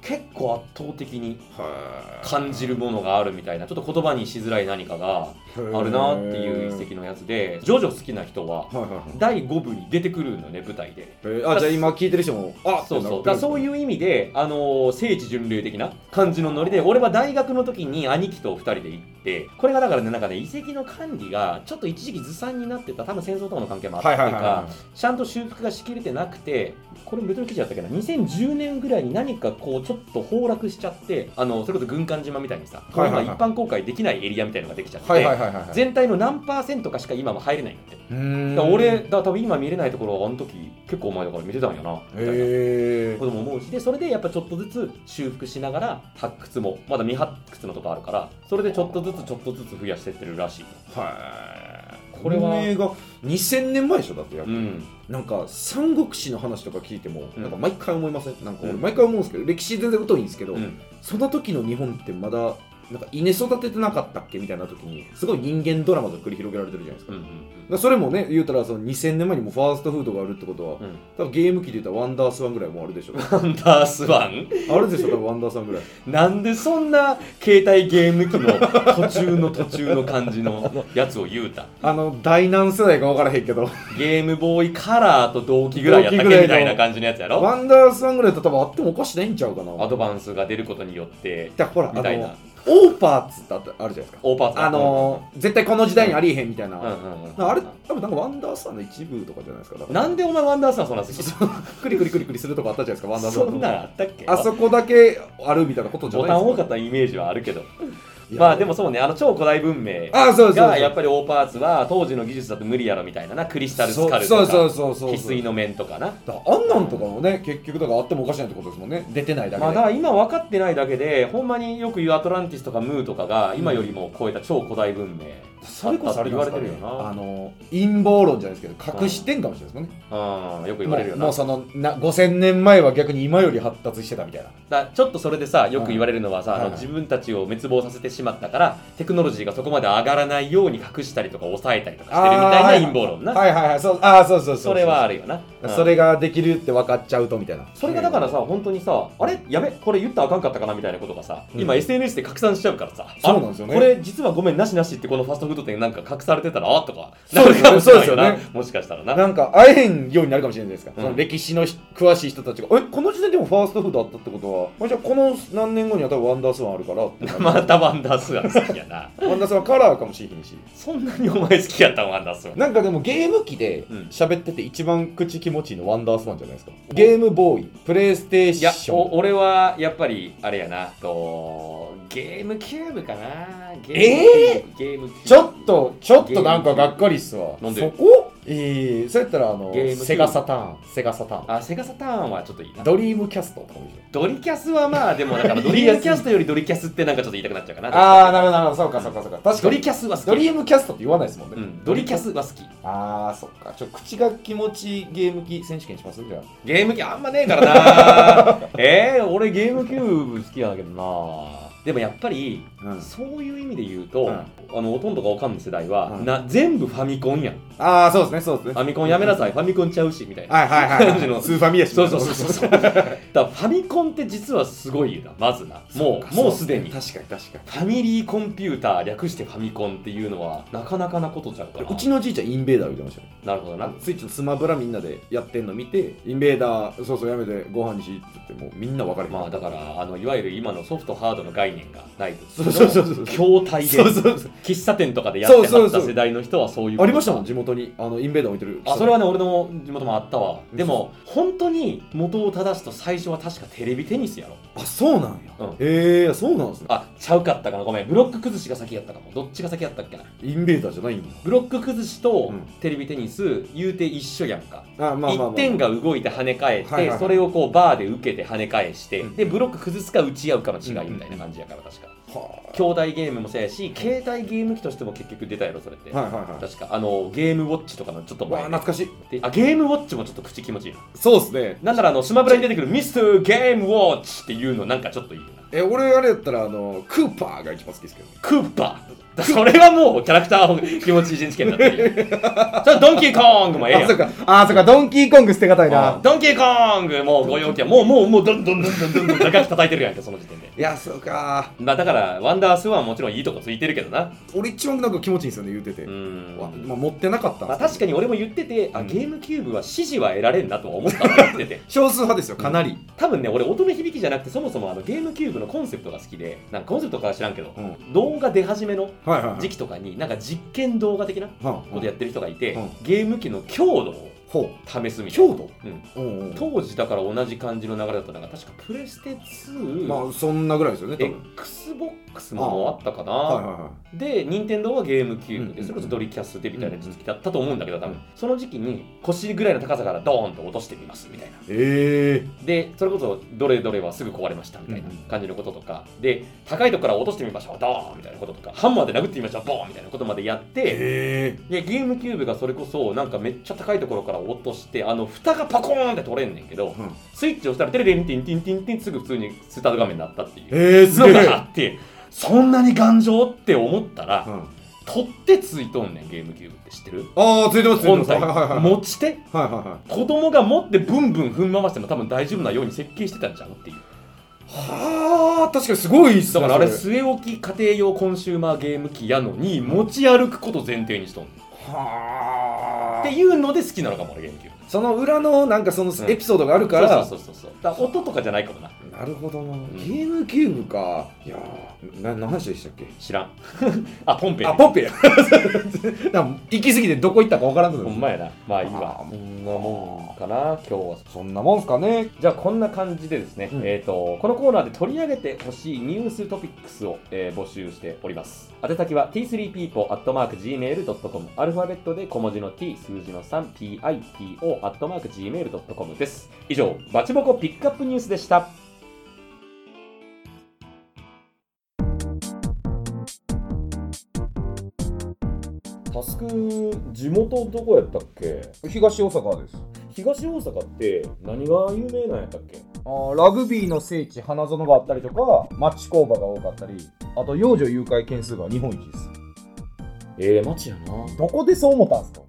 結構圧倒的にいは感じるものがあるみたいなちょっと言葉にしづらい何かがいあるなっていう遺跡のやつでジョジョ好きな人ははいはいはい第5部に出てくるのね舞台で。えーあじゃあ今聞いてる人もあそうそうだからそうういう意味で、あのー聖地巡礼的な感じのノリで俺は大学の時に兄貴と2人で行ってこれがだからねなんかね遺跡の管理がちょっと一時期ずさんになってた多分戦争とかの関係もあったはりいとか、はいはいはちゃんと修復がしきれてなくてこれも別の記事だったけど2010年ぐらいに何かこうちょっと崩落しちゃってあのそれこそ軍艦島みたいにさ、はいはいはい今一般公開できないエリアみたいのができちゃって、いはいはいはいはい全体の何パーセントかしか今も入れないんだって。うーんだから俺だから多分今見れないところはあの時結構前だから見てたんやなみたいな。へえことも思うしでそれでやっぱちょっとずつ修復しながら発掘もまだ未発掘のとこあるからそれでちょっとずつちょっとずつ増やしてってるらしいはいこれは文明が2000年前でしょだってやっぱうんなんか三国志の話とか聞いても、うんなんか毎回思いませんなんか俺うん毎回思うんですけど、歴史全然疎いんですけど、うんその時の日本ってまだなんか稲育ててなかったっけみたいな時にすごい人間ドラマが繰り広げられてるじゃないですうか,、んそれもね言うたらその2000年前にもファーストフードがあるってことは、うん多分ゲーム機で言うたらワンダースワンぐらいもうあるでしょワンダースワンあるでしょ多分ワンダースワンぐらいなんでそんな携帯ゲーム機の途中の途中の感じのやつを言うたあの第何世代か分からへん [LAUGHS] けどゲームボーイカラーと同期ぐらいやったっけみたいな感じのやつやろワンダースワンぐらいだと多分あってもおかしないんちゃうかなアドバンスが出ることによってだからほらみたいなあのオーパーツってあったあるじゃないですかオーパーツあのー絶対この時代にありえへんみたいな、うんうんうんあれ多分なんかワンダースターの一部とかじゃないですかだからなんでお前ワンダースワンそんな [LAUGHS] 好きクリクリクリクリするとこあったじゃないですかワンダースターそんなんあったっけあそこだけあるみたいなことじゃボなタいでンすか多かったイメージはあるけどいやまあでもそうねあの超古代文明あそうそうそうがやっぱりオーパーツは当時の技術だと無理やろみたいななクリスタルスカルそとうそうかそうそうそう翡翠の面とかなだあんなんとかもね結局だからあってもおかしないってことですもんね出てないだけまあで、だから今分かってないだけでほんまによく言うアトランティスとかムーとかが今よりも超えた超古代文明それこそあれ言なんわでれすてかるねよあなの陰謀論じゃないですけど隠してんかもしれないですもんねうんよく言われるよもなうもうそのな5000年前は逆に今より発達してたみたいなだちょっとそれでさよく言われるのはさ、はいあのはい自分たちを滅亡させてしまったからテクノロジーがそこまで上がらないように隠したりとか抑えたりとかしてるみあーはたいいな陰謀論な、はいはいはいそうああそうそうそううそれはあるよな、うんそれができるって分かっちゃうとみたいなそれがだからさ、本当にさ、あれやべ、これ言ったらあかんかったかなみたいなことがさ、今うん SNS で拡散しちゃうからさ、そうなんですよねあこれ実はごめん、なしなしってこのファストフード店なんか隠されてたら、あとか、そうですなるよねかもしれないそうですよなもしかしたらな。なんか会えへんようになるかもしれないじゃないですか、うんその歴史のひ詳しい人たちが、えこの時代でもファーストフードあったってことは、まあじゃあこの何年後には多分ワンダースワンあるからってな [LAUGHS] る、またワンダースが好きやな。ワンダースワンカラーかもしれへんし、そんなにお前好きやったんワンダースは。なんかでもゲーム機でうん喋ってて一番口気持ちいいのワンダースワンじゃないですか、ゲームボーイ、プレイステーいやション、お俺はやっぱりあれやなとゲームキューブかなゲームキューブえゲームキューブちょっと、ちょっとなんかがっかりっすわ、なんでそこえー、そうやったらあのゲーム機セガサターン、セガサターン、あセガサターンはちょっといいなドリームキャストとかもいいじゃんドリキャスはまあでもだからドリームキャストよりドリキャスってなんかちょっと言いたくなっちゃうかなあー、なるほど、なるほど、そうか、そうか、そうか、確かドリにキャスは好きドリームキャストって言わないですもんね。うん、ドリキャスは好きあーそっかちょ口が気持ちいいゲーム機選手権しますじゃあゲーム機あんまねえ [LAUGHS] からなえー、俺ゲームキューブ好きやけどなでもやっぱり、うんそういう意味で言うと、うんあのおとんとかおかんの世代は、うんな全部ファミコ [LAUGHS] ンやんフああ、そうですね、そうですね。ァミコンやめなさいファミコンちゃうしみたいなはいはいはい感じはの [LAUGHS] い。スーファミやし。そうそうそう [LAUGHS] そうだからファミコンって実はすごいなまずなもうもうすでにフ確かに確かァミリーコンピューター略してファミコンっていうのはなかなかなことじゃんかなに。うちのじいちゃん、インベーダー見てましたよ。なるほどなスイッチのスマブラみんなでやってんの見て、インベーダー、そうそうやめてご飯にしって言って、もうみんな分かれへんまあだからあのいわゆる今のソフトハードの概念がないとそうそうそう [LAUGHS] そう筐体でそうそうそう喫茶店とかでやってそはうっそたうそう世代の人はそういうありましたももん、ん地元に。あの、インベーダー置いてる。あそれはね俺の地元もあったわでも本当に元を正すと最初は確かテレビテニスやろあ、そうなんや。うんへえ、そうなんですね。あちゃうかったかなごめんブロック崩しが先やったかもどっちが先やったっけなインベーダーじゃないんブロック崩しとうんテレビテニス言うて一緒やんかだ。あ、ま1点が動いて跳ね返っはいはいはていそれをこうバーで受けて跳ね返してうんでブロック崩すか打ち合うかの違いみたいな感じやから確かは兄弟ゲームもそうやし携帯ゲーム機としても結局出たやろそれっていはいはい。確かあのゲームウォッチとかのちょっとわあ前懐かしい。であゲームウォッチもちょっと口気持ちいいなそうですね。なんならあのスマブラに出てくるミスターゲームウォッチっていうのなんかちょっといいよなえ、俺あれやったら、あの、クーパーが一番好きですけどね。クーパーだそれはもうキャラクター気持ちいい人事権だったりそれドンキーコングもええやあ、んそっか。あ、そっか。ドンキーコング捨てがたいあなあ。ドンキーコングもうご用件もうもうもうどんどんどんどんどんどん高く叩いてるやんかその時点でいや、そうか。まあだからワンダースワンもちろんいいとこついてるけどな俺一番なんか気持ちいいんですよね、言うてて。うわんまあ、持ってなかったんまであすけど確かに俺も言ってて、あうんゲームキューブは支持は得られんなとは思ったって言って [LAUGHS] て少数派ですよ、かなり。多分ね俺音の響きじゃなくてそもそもあのゲームキューブのコンセプトが好きでなんかコンセプトかは知らんけど、うん動画出始めのはいはいはい。時期とかになんか実験動画的なこはあとやってる人がいて、うんゲーム機の強度をほ試すみたいな強度うんう。うんうん当時だから同じ感じの流れだったのが確かプレステ2、まあ、そんなぐらいですよね、多分。 XBOX ももうあったかな、はいはいはい。で任天堂はゲームキューブで、うんそれこそドリキャスでみたいな時期だったと思うんだけど多分、その時期に腰ぐらいの高さからドーンと落としてみますみたいなえでそれこそどれどれはすぐ壊れましたみたいなうん感じのこととかで高いとこから落としてみましょうドーンみたいなこととかハンマーで殴ってみましょうボーンみたいなことまでやってえでゲームキューブがそれこそなんかめっちゃ高いところから落としてあの蓋がパコーンって取れんねんけど、うんスイッチ押したらテレレンティンティンティンティンすぐ普通にスタート画面になったっていうえー、すのげえがあってそんなに頑丈って思ったら、うん取ってついとんねんゲームキューブって知ってるああ、ついてます、ついて本ます。はい体はいはい。持ち手はいはいはい。子供が持ってブンブン踏ん回しても多分大丈夫なように設計してたんじゃんっていうはあ、確かにすごいっすだねからあれそ据え置き家庭用コンシューマーゲーム機やのに持ち歩くこと前提にしとんねんっはあていうので好きなのかも俺ゲームキューブその裏のなんかそのんエピソードがあるから、そうそうそうそうだから音とかじゃないかもななるほどな、んゲームキューブかいやーな何の話でしたっけ知らん [LAUGHS] あポンペイあポッペや [LAUGHS] なんか行き過ぎてどこ行ったか分からんくほなんまやなまあいいあわーそんなもんかな今日はそんなもんすかねじゃあこんな感じでですね、うんえー、とこのコーナーで取り上げてほしいニューストピックスを、えー募集しております宛先は t3people.gmail.com アルファベットで小文字の t 数字の 3pipo.gmail.com です以上バチボコピックアップニュースでしたタスク地元どこやったっけ東大阪です東大阪って何が有名なんやったっけあーラグビーの聖地花園があったりとか町工場が多かったりあと幼女誘拐件数が日本一ですええ街やなどこでそう思ったんすか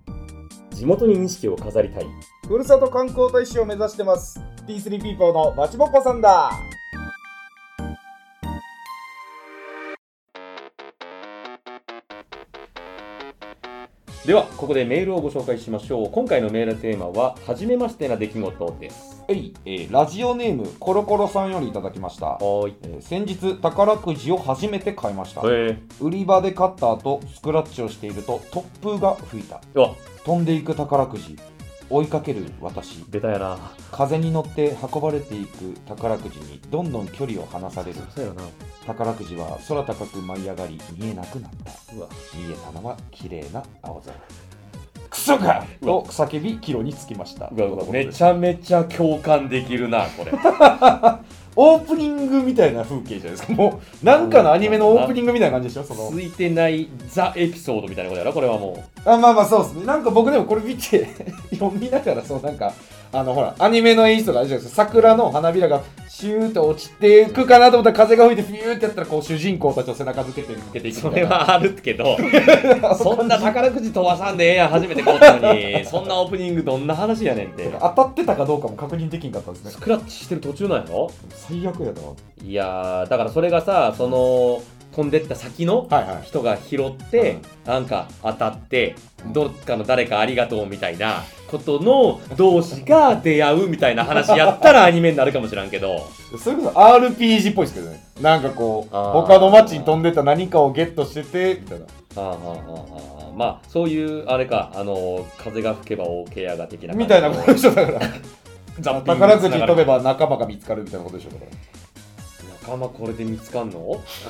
地元に錦を飾りたいふるさと観光大使を目指してます T3 ピーポーのまちぼっこさんだではここでメールをご紹介しましょう今回のメールテーマは「初めましてな出来事」ですはい、えーラジオネームコロコロさんよりいただきました、はーいえー先日宝くじを初めて買いましたへ売り場で買った後スクラッチをしていると突風が吹いたえわ飛んでいく宝くじ追いかける私ベタやな風に乗って運ばれていく宝くじにどんどん距離を離されるそうやな宝くじは空高く舞い上がり見えなくなったうわ見えたのは綺麗な青空クソがと叫び帰路につきましたうわうわめちゃゃめちゃ共感できるなこれ [LAUGHS] オープニングみたいな風景じゃないですかもうなんかのアニメのオープニングみたいな感じでしょそのついてないザエピソードみたいなことやろこれはも [LAUGHS] あまあまあそうですねなんか僕でもこれ見て読みながらそのなんかあのほらアニメの演出とかあるじゃないですか桜の花びらがシューって落ちていくかなと思ったら風が吹いてピューってやったらこう主人公たちを背中付けて抜けていくそみたいれなはあるけど [LAUGHS] そんな宝くじ飛ばさんでええやん初めて買ったのにそんなオープニングどんな話やねんって当たってたかどうかも確認できんかったんです [LAUGHS] スねクラッチしてる途中なんやろ最悪やないやーだからそれがさその飛んでった先のはいはい人が拾って、なんか当たってどっかの誰かありがとうみたいなことの同士が出会うみたいな話やったらアニメになるかもしらんけどそれこそ RPG っぽいですけどねなんかこうあー他の街に飛んでた何かをゲットしててみたいなああああああまあそういうあれかあの風が吹けば大けやが的なみたいなことでしょだから [LAUGHS] ザッピング宝くじ飛べばば仲間が見つかるみたいなことでしょだから仲間これで見つかんの [LAUGHS]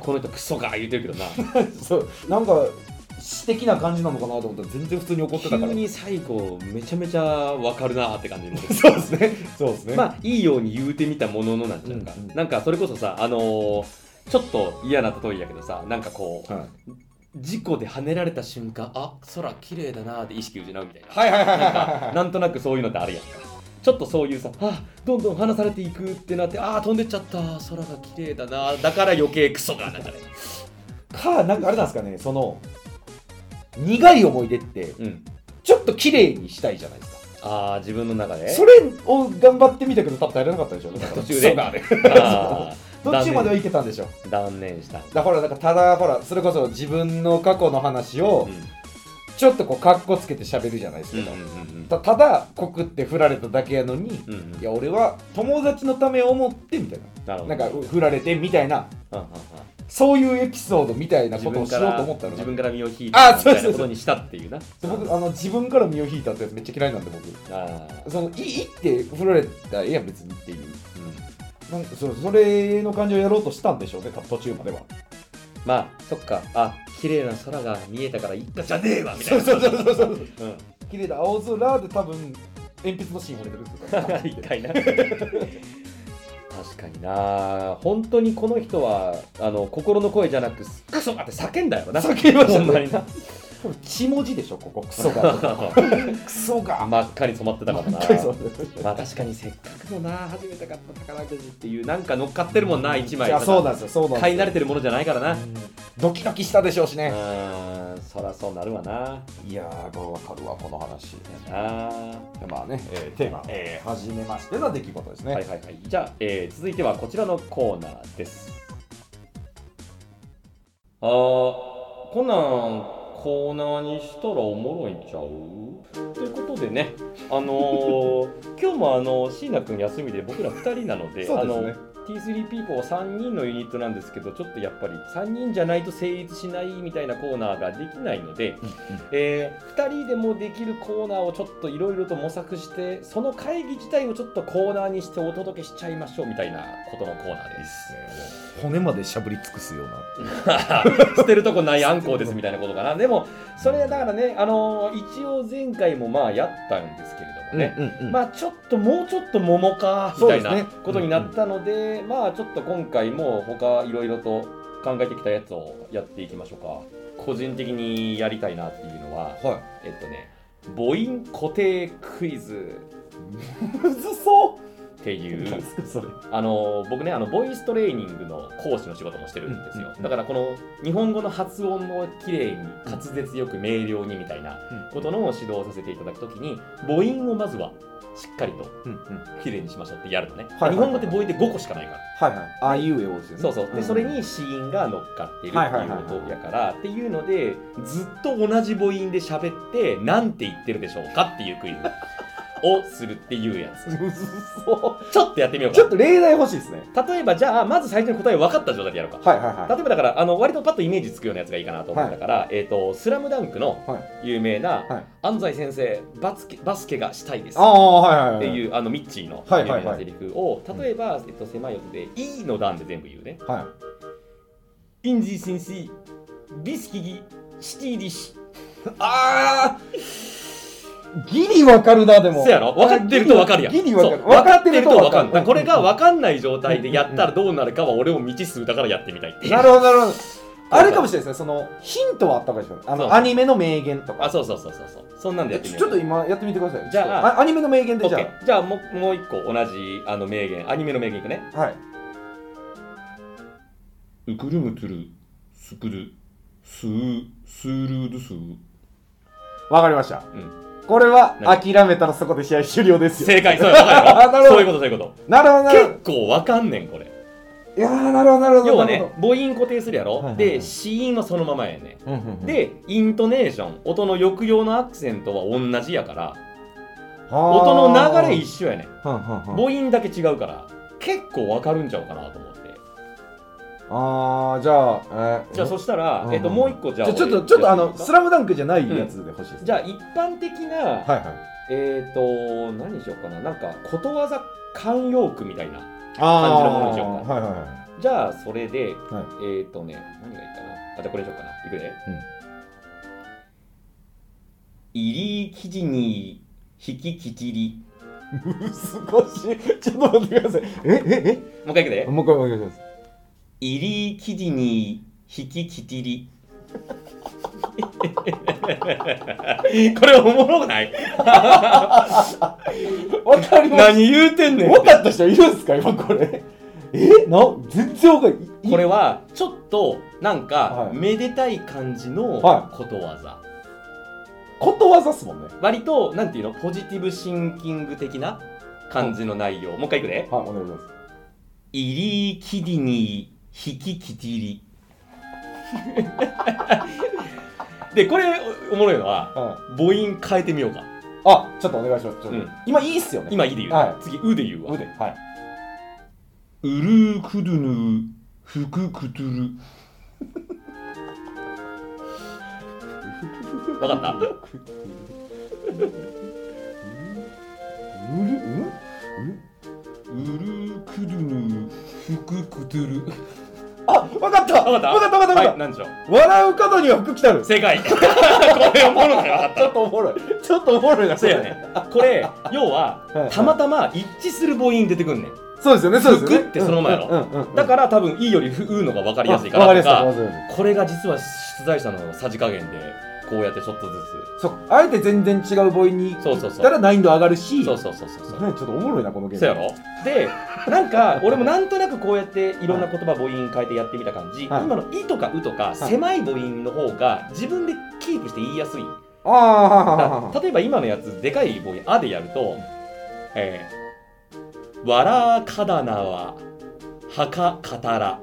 この人クソか言うてるけどなそうなんか詩的な感じなのかなと思ったら全然普通に怒ってたから急に最後めちゃめちゃわかるなって感じのそうですねそうですね、まあいいように言うてみたもののなんちゃうか、うんうんなんかそれこそさあのーちょっと嫌な例えやけどさなんかこうはい、事故で跳ねられた瞬間あ空綺麗だなって意識失うみたいな、はいはいはいはいなん [LAUGHS] はかいなんとなくそういうのってあるやんかちょっとそういうさあどんどん離されていくってなってあー飛んでっちゃった空が綺麗だなだから余計クソがなんかねかなんかあれなんですかねその苦い思い出ってうんちょっと綺麗にしたいじゃないですかああ自分の中でそれを頑張ってみたけど多分耐えられなかったでしょだか途ら中で [LAUGHS] そうだねあーどっちまではいけたんでしょ断念した、だからなんかただほらそれこそ自分の過去の話をうんちょっとこうカッコつけて喋るじゃないですうんけうんど、うんたただ告って振られただけやのに、うんうんいや俺は友達のためを思ってみたいなるほなどなんかう振られてみたいなうんうんうんそういうエピソードみたいな自こと分をしかようとら思ったの自分から身を引いてあみそうたいなそうそうことにしたっていうな僕あの自分から身を引いたってやつめっちゃ嫌いなんで僕あーそのいいいって振られたらええやん別にっていううんなんかそうそれの感じをやろうとしたんでしょうね多分途中まではまあそっかあ綺麗な空が見えたからいったじゃねえわみたそいうなそうそうそうそううん [LAUGHS] 綺麗な青空で多分鉛筆の芯掘れてるんですよ一回な確かにな本当にこの人はあの心の声じゃなくクソがって叫んだよな叫びましたねほんまにな多分血文字でしょここクソがクソが真っ赤に染まってたからなまあ確かにせっかくのな初めて買った宝くじっていうなんか乗っかってるもんな一枚いやそうなんですよそうなんですよ買い慣れてるものじゃないからなうドキドキしたでしょうしね、ーんそらそうなるわないやーこれわかるわこの話あまあね、えーテーマ、えー、初めましての出来事ですーね、はいはいはいじゃあ、えー続いてはこちらのコーナーですあーこんなんコーナーにしたらおもろいんちゃうということでねあのー今日もあの椎名君休みで僕ら2人なのでそうですねあの T3 ピーポー3人のユニットなんですけどちょっとやっぱり3人じゃないと成立しないみたいなコーナーができないので、え2人でもできるコーナーをちょっといろいろと模索してその会議自体をちょっとコーナーにしてお届けしちゃいましょうみたいなことのコーナー [LAUGHS] です。骨までしゃぶり尽くすような捨てるとこないあんこうですみたいなことかな。でもそれだからねあの一応前回もまあやったんですけれどもね。まあちょっともうちょっと桃かみたいそうなですねことになったのでまあちょっと今回も他いろいろと考えてきたやつをやっていきましょうか個人的にやりたいなっていうのははえっとね母音固定クイズいむずそうっていうすかそれあの僕ねあのボイストレーニングの講師の仕事もしてるんですよ、うんうんうんだからこの日本語の発音をきれいに滑舌よく明瞭にみたいなことの指導をさせていただくときに母音をまずはしっかりとうんうんはい綺麗にしましょうってやるのね、はいはいはい日本語って母音で5個しかないからはいあいうえおですよねそうそうで、んそれ [LAUGHS] に子音が乗っかっているってはいいはいはいうはいことやからっていうのでずっと同じ母音で喋ってなんて言ってるでしょうかっていうクイズをするっていうやつむずそうちょっとやってみようちょっかと例題欲しいですね例えばじゃあまず最初に答え分かった状態でやろうかはいはいはい例えばだからあの割とパッとイメージつくようなやつがいいかなと思うんだから「えー、とスラムダンクのは有名な、はい安西先生バスケバスケがしたいです」ああはいはいっていううあのミッチーのはい有はいはい名なセリフを例えば、えっと、狭い音で「E」の段で全部言うねは「いインジー先生ビスキギシティリシあーギリわかるなで」もそうやろ分かってると分かるやんギリわかるそう分かってると分わかるだからこれがわ分かんない状態でやったらどうなるかは俺を未知数だからやってみたいっていうなるほどなるほどあれかもしれないですね、そのヒントはあったかいですよね。あそうのアニメの名言とか。あそうそうそうそうそうそんなんでえやってみちよょうちょっと今やってみてください。じゃあちょっとアニメの名言でじゃ OK じゃあもうもう一個同じあの名言アニメの名言いくねあ。はい。うくるむつるすくるすうするるすうわかりました。んこれは何諦めたらそこで試合終了ですよ。正解そうやわ [LAUGHS] かるよなるほどそういうことそういうこなるほとどなるほ結構わかんねんこれど。いやーなるほどなるほど。要はなるね母音固定するやろ、はいはいはいで子音はそのままやねほど、うんうんうん、でイントネーション音の抑揚のアクセントは同じやから音音の流れ一緒やねんはんはんはん母音だけ違うから結構わかるんちゃうかなと思ってあーじゃあ、えーじゃあそしたら、うんえっともう一個じじゃゃああちょっ俺とちょっとあの「やてみようかスラムダンクじゃないやつで欲しいです、じゃあ一般的な、はいはいえっ、と何にしようかななんかことわざ慣用句みたいなあ感じのものにしようかはいはいはいじゃあそれで、はえっ、とね何がいいかなあじゃあこれにしようかないくでうん入り生地に引ききちり難しいちょっと待ってくださいええもう一回いくでえもう一回お願いします入り生地に引ききちり [LAUGHS] これおもろくないわかり何言うてんねん分かった人いるんですか今これえな全然わかんないこれははちょっとなんかはいめでたい感じのはことわざ、ことわざっすもんね割となんていうのポジティブシンキング的な感じの内容もう一回いくねはいお願いします「入りきりに引ききちり」でこれおもろいのははい母音変えてみようかあちょっとお願いしますちょっと、うん今いいっすよね今「い」で言う、は次「う」で言うわ腕はいウルークドゥヌーフククトゥルわかったうるうんウルークドゥヌーフククトゥルあわかったわかったわかったわかったわかはっい何でしょうた、笑う角には服着たる正解 [LAUGHS] これおもろないわかったちょっとおもろいちょっとおもろいなそうやねこれ要ははいはいたまたま一致する母音出てくんねんそうですよね、そうですよね。服ってその前やろうんうんうん、だら、から多分「い」より「ふ」うのが分かりやすいからわかりとやすいわかかりやすい。これが実は出題者のさじ加減でこうやってちょっとずそう、あえて全然違うボイにつそうそうしそたうら難易度上がるし、そうそうそうそうそうね、ちょっとおもろいな、このゲーム。そうやろでなんか俺もなんとなくこうやっていろんな言葉母音変えてやってみた感じ、はい今の「い」とか「う」とか狭い母音の方が自分でキープして言いやすいああ、はははは例えば今のやつでかい棒に「あ」でやると「えー、わらかだなははかかたら」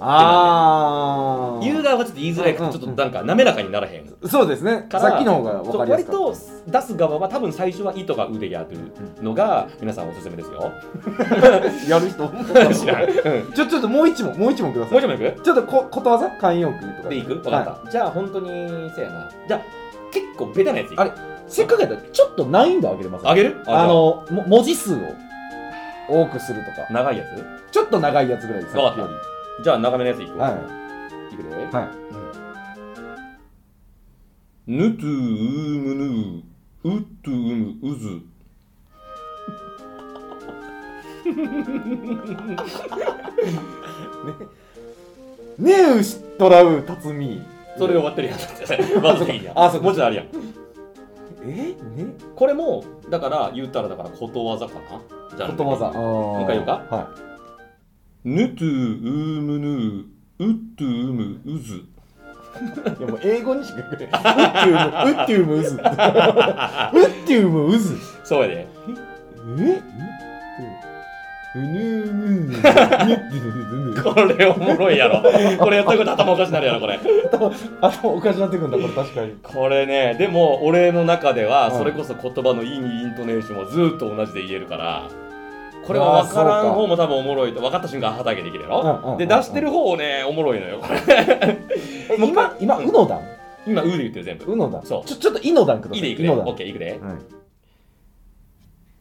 ああ、言う側がちょっと言いづらいからうんちょっとなんか滑らかにならへん。そうですね。からさっきの方がそわかうりや割すかった。と出す側は多分最初は「い」とか「う」でやるのが皆さんおすすめですよ。とやる人 [LAUGHS] 知らん。うんちょ、ちょっともう一問、もう一問ください。もう一枚いくちょっとこことわざ慣用句とかでいく分かった、はじゃあ本当にせやな。じゃあ結構ベタなやついくあれいせっかくやったらちょっと難易度上げれますあげるあのも文字数を多くするとかじゃあ長いやつちょっと長いやつぐらいですわかったりじゃあ長めのやついく、はいい、くで。はいぬとうむぬう、うっとうむうず。ねえうしとらう辰巳それで終わってるやん。 [LAUGHS] まずいいやん。あそうかもうちろんあるやん。えねこれも、だから、言ったらだから、ことわざかな。じゃあことわざもう一回言うかはぬとうむぬう、うっとうむうず。いいやもう英語にしか言えないウッティウムウッティウムウズウッティウムウズそうやで。えうぬうぬうぬうぬうぬうぬこれおもろいやろ。これやったこと頭おかしなるやろ、これ。あでもおかしなってくんだこれ確かにこれね、でも、俺の中では、はいそれこそ言葉の意味、イントネーションはずっと同じで言えるから、これは分からあーそうんか方も多分おもろいと、分かった瞬間、畑できるやろ。うんうんで、出してる方をね、おもろいのよ。 [LAUGHS] これえもう一回今今うのだん今、うで言ってる、全部。うのだんそうちょちょっといのだんくださいいいでいくいで。のオだんッケー、いくで。はい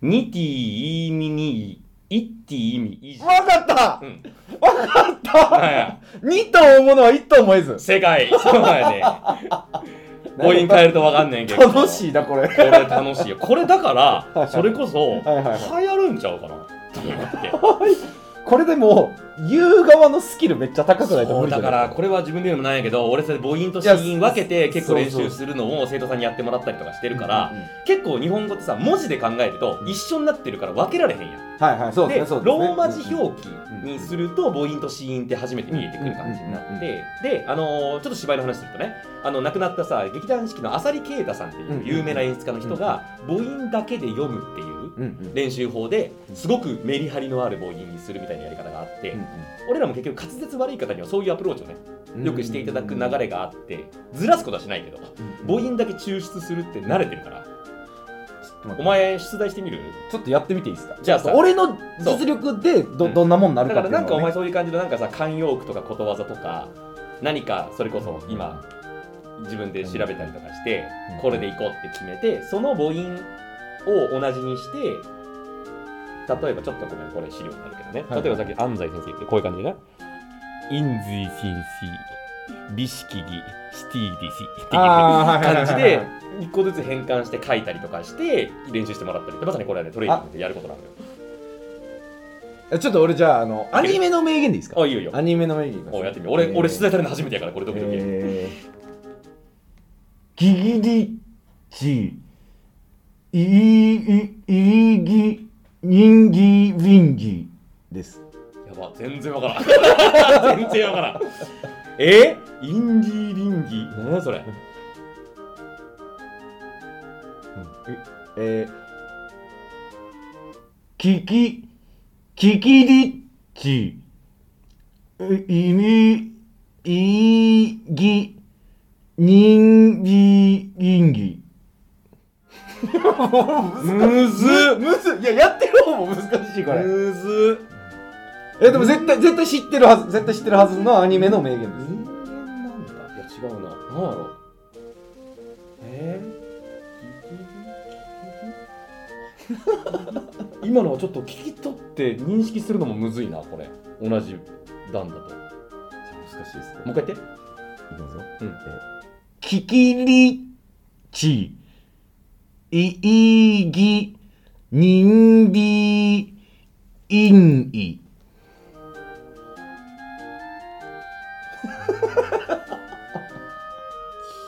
ニティイミニイイッティイミイジ。わかった [LAUGHS] うんわかはいはいった二と思うものは一と思えず正解そうやね。母音変えるとわかんねんけど。楽しい。いなこれこれ楽しいよ。これだから、それこそ、はいはい流行るんちゃうかなと思って。これでも言う側のスキルめっちゃ高くないと無理じだゃかないらこれは自分で言うのもないけど俺それ母音と子音分けて結構練習するのを生徒さんにやってもらったりとかしてるから結構日本語ってさ文字で考えると一緒になってるから分けられへんやんはいはいそうですでねそうですロねーマ字表記にすると母音と子音って初めて見えてくる感じになって、うんうんうんで、あのーちょっと芝居の話するとねあの亡くなったさ劇団四季の浅利慶太さんっていう有名な演出家の人が母音だけで読むっていううんうん練習法ですごくメリハリのある母音にするみたいなやり方があって、俺らも結局滑舌悪い方にはそういうアプローチをねうんうんよくしていただく流れがあってずらすことはしないけど母音だけ抽出するって慣れてるからお前出題してみるちょっとやってみていいですかじゃあさ俺の実力でどそうどんなもんなるだかかってらいうのなをんかおね前そういう感じのなんかさ慣用句とかことわざとか何かそれこそ今自分で調べたりとかしてうんこれでいこうって決めてその母音を同じにして例えばちょっとごめんこれ資料になるけどねはい例えばさっき安西先生言ってこういう感じでね「インズイシンシビシキギシティディシ」っていうあーはいはいはいは感いじで一個ずつ変換して書いたりとかして練習してもらったりってまさにこれはねトレーニングでやることなのよえちょっと俺じゃああのアニメの名言でいいですかあいいよいいよアニメの名言いきますおやってみよう俺、俺出題てされるの初めてやからこれドキドキ、えーギギリチイイイイギニンギウィンギですやば全然わからん [LAUGHS] 全然わからんえインディーリンギなんだそれえー、キキ、キキリッチ、うイミ、イギ、ニンギ、インギ。むずっむずいや、やってる方も難しい、これ。むずっえ、でも絶対、絶対知ってるはず、絶対知ってるはずのアニメの名言です。人間なんだいや違うな何やろうえー [LAUGHS] 今のはちょっと聞き取って認識するのもむずいなこれ同じ段だとも難しいですね。う一回言っていきますよ。うんえーキキリチ、イイギ、ニンビ、インイ。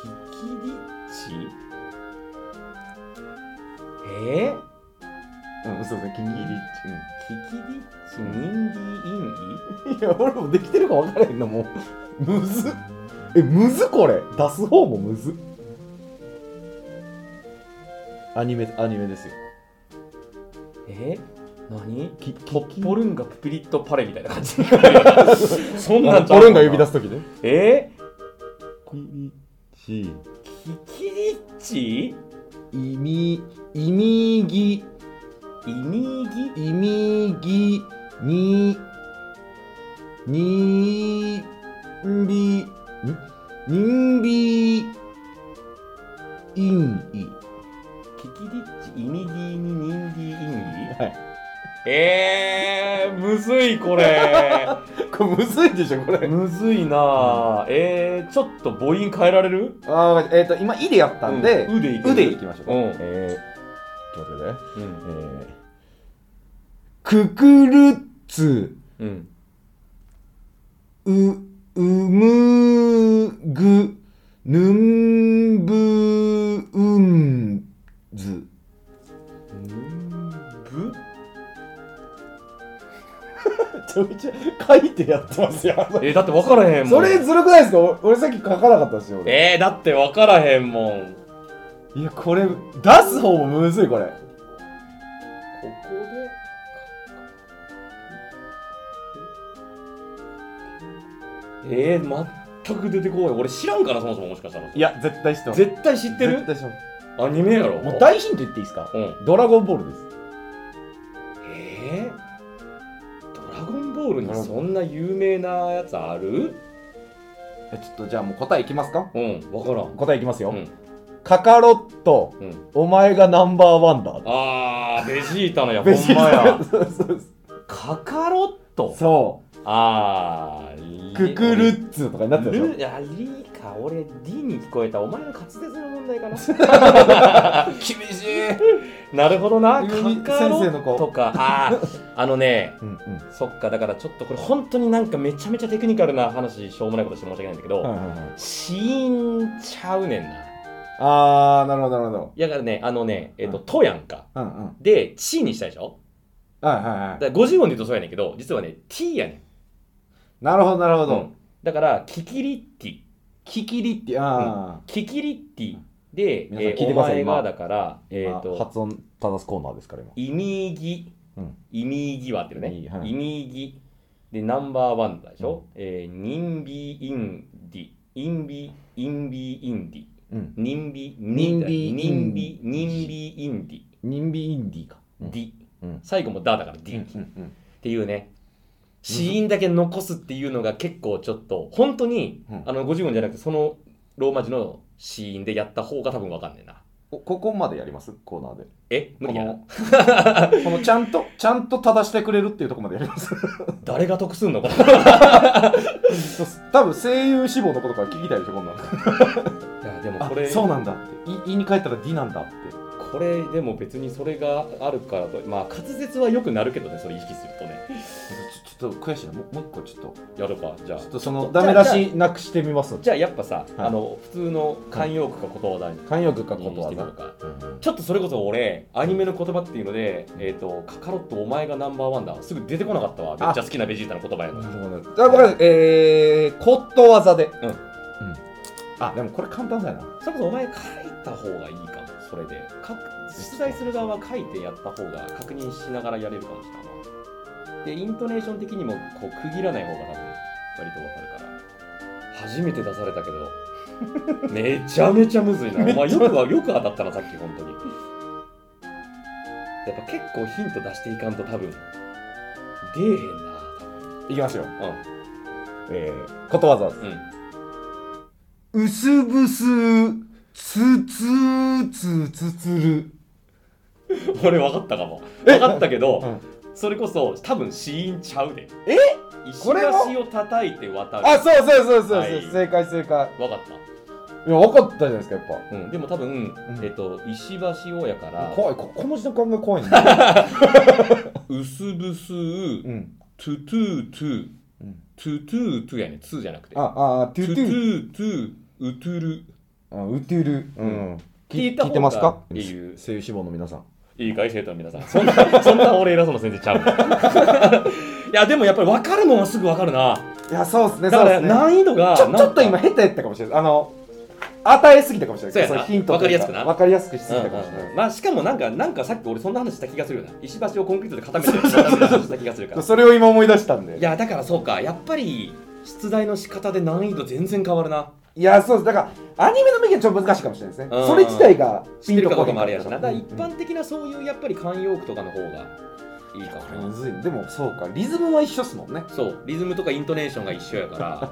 キキリッチえー、うん、そうですね、キキキリキリッチニンギインチ。いや、俺もできてるか分からへんの、もう。 [LAUGHS] むずっえ、むずっこれ。出す方もむずっアニメ、アニメですよ。イえ何キポキポルンガプピリットパレみたいな感じ [LAUGHS] そん [LAUGHS] あなんのちゃポうルンが呼び出すときね。えキリチ。ー、キキリッチイミ、イミギ、イミギイミギニニンビんニンビインイキキリッチイミギにニンギインギはいえー、むずいこ [LAUGHS] れこれむずいでしょこれむずいなあえー、ちょっと母音変えられるあーわかりえっ、と今イでやったんで、うんうでいくうでいきましょうか、うんえー、ちょっと待ってくださいねうんえー、ククルッツうんう、うむぐ、ぬんぶうんず。ぶめちゃめちゃ書いてやってますよ。えー、だって分からへんもんそれずるくないですかお俺さっき書かなかったですよ。俺えー、だって分からへんもんいや、これ、出す方もむずい、これ。ここでえー、全く出てこない俺知らんからそもそももしかしたらいや、絶対知ってます。絶対知ってる絶対知ってまアニメやろすもう大ヒント言っていいですかうんドラゴンボールです。えードラゴンボールにそんな有名なやつあるえちょっとじゃあもう答えいきますかうん分からん答えいきますよ。うんカカロット、うんお前がナンバーワンだ。あーベジータのやほベジんータまやそうそうそうカカロット [LAUGHS] そう。あーククルッツとかになってたでしょルいやリーか俺 D に聞こえたお前の滑舌の問題 [LAUGHS] かな厳しいなるほどな急にカカロ先生のッ子トかあーあのね、うんうんそっか、だからちょっとこれ本当になんかめちゃめちゃテクニカルな話、しょうもないことして申し訳ないんだけど、はいはいはい死因ちゃうねんな。あーなるほどなるほどいやだからね、あのね、えっ、と、うんとやんか。うんうんで、ちにしたでしょはいはいはだから50音で言うとそうやねんけど、実はね、t やねいなるほどなるほん。うどんだから、キキリッティ。キキリってあキキリッティで、皆さえんー聞いてくださいお前が今だから、ーえっ、今と、発音正すコーナーですから今イミギうん、イミギは合ってるねイミギは。いイミギ。で、ナンバーワンだでしょ、えーニンビインディ。インビ、インビインディ。うんニンビ、ニンビニンビ、ニンビインディ。ニンビインディかうんディ。うん最後もダだからデうィ。んうんっていうね死因だけ残すっていうのが結構ちょっと本当に、うんあの50音じゃなくてそのローマ字の死因でやった方が多分わかんねえなおここまでやりますコーナーでえ無理やなこのこのちゃんとちゃんと正してくれるっていうところまでやります [LAUGHS] 誰が得すんのかない多分声優志望のことから聞きたいでしょこんなのやでもあこれそうなんだってい言いに帰ったら D なんだってこれでも別にそれがあるからとまあ滑舌は良くなるけどねそれ意識するとねちょちょっと悔しいなもうもう一個ちょっとやるかじゃあちょっとそのじゃダあメ出しなくしてみますじゃあやっぱさ、あの普通の慣用句かことわざに慣用句かこにとしてわみよざうかちょっとそれこそ俺アニメの言葉っていうので「えー、とカカロットお前がナンバーワンだ」すぐ出てこなかったわめっちゃ好きなベジータの言葉やのにそうねあわかるえー、ことわざでうんあでもこれ簡単だよなそれこそお前書いた方がいいかもそれで書く出題する側は書いてやった方が確認しながらやれるかもしれないなでイントネーション的にもこう区切らない方が多分割とわかるから初めて出されたけ [LAUGHS] どめちゃめちゃむずいなお前よくはよく当たったなさっき本当にやっぱ結構ヒント出していかんと多分出えへんないきますようんえー、ことわざですううすぶすつつつつつるん、俺分かったかも分かったけど、うんそれこそ多分死因ちゃうでえ石これも橋を叩いて渡るあそうそうそうそうそう、はい正解正解分かっいや分かったじゃないですかやっぱた、うん、でも多分、うんえっと石橋親から怖いここの時間が [LAUGHS] 怖いんだよ、 「うすぶすうう」ん「トゥトゥトゥ」うん「トゥトゥトゥ」やね「ツー」じゃなくて「あああトトゥトゥトゥゥトゥウトゥルあウトゥルうん聞いた方が聞いてますかっていう声優志望の皆さん」いいかい生徒の皆さんそんなそんな俺偉そうな先生ちゃう [LAUGHS] いやでもやっぱり分かるもんはすぐ分かるないやそうですねだそかうらですね難易度がちょちょっとなんか今下手やったかもしれないあの与えすぎたかもしれないそうやなのヒントとうわかりやすくなわかりやすくしすうんうぎんたかもしれない、うんまあしかもなんかなんかさっき俺そんな話した気がするよな石橋をコンクリートで固めてるみたいな話した気がするからそれを今思い出したんでいやだからそうかやっぱり出題の仕方で難易度全然変わるないやそうですだからアニメの目がちょっと難しいかもしれないですね、うんそれ自体が知ピっンてるとかこどなうかもあかったれやしなだから一うん般的なそういうやっぱり慣用句とかの方がいいかこれもむねずいでもそうかリズムは一緒っすもんねそうリズムとかイントネーションが一緒やから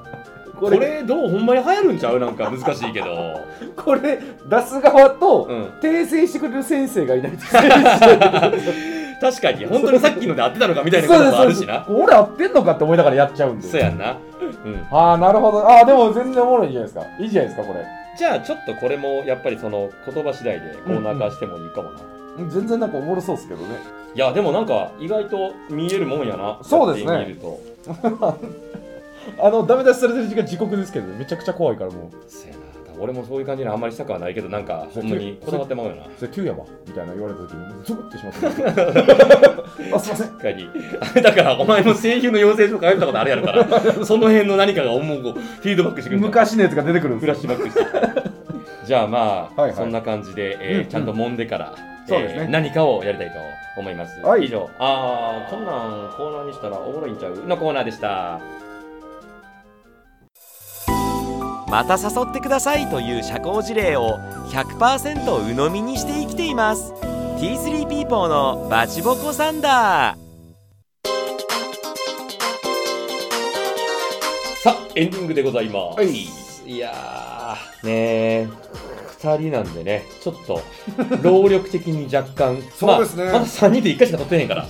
ここれれどうほんまに流行るんちゃうなんか難しいけどこれ出す側と、うん訂正してくれる先生がいない [LAUGHS] と確かに本当にさっきので合ってたのかみたいなこともあるしなそうです俺合ってんのかって思いながらやっちゃうんでそうやんな、うん、ああなるほどああでも全然おもろいじゃないですかいいじゃないですかこれじゃあちょっとこれもやっぱりその言葉次第でコーナー化してもいいかもな、全然なんかおもろそうですけどねいやでもなんか意外と見えるもんやなそうですねやってみるとあのダメ出しされてる時間時刻ですけどめちゃくちゃ怖いからもうせやな俺もそういう感じにあんまりしたくはないけどなんかほんま [LAUGHS] にこだわってまうよなそれ9やわみたいな言われた時にゾクッてしまった [LAUGHS] あすいません確かにあ [LAUGHS] れだからお前も声優の養成所通ったことあるやろから [LAUGHS] その辺の何かが思うこうフィードバックしてくるんだ昔のやつが出てくるんフでラすッよシュバックしてくるじゃあまあ、はいはいそんな感じで、えーうんうんちゃんと揉んでから、そうですねえー何かをやりたいと思います、はい以上あーこんなんコーナーにしたらおもろいんちゃうのコーナーでしたまた誘ってくださいという社交辞令を100%鵜呑みにして生きています T3 ピーポーのバチボコサンダーさあエンディングでございます、はいいやーねえ2人なんでね、ちょっと、労力的に若干、 [LAUGHS] そうですねまあまだ3人で1回しか撮ってねえから、 [LAUGHS]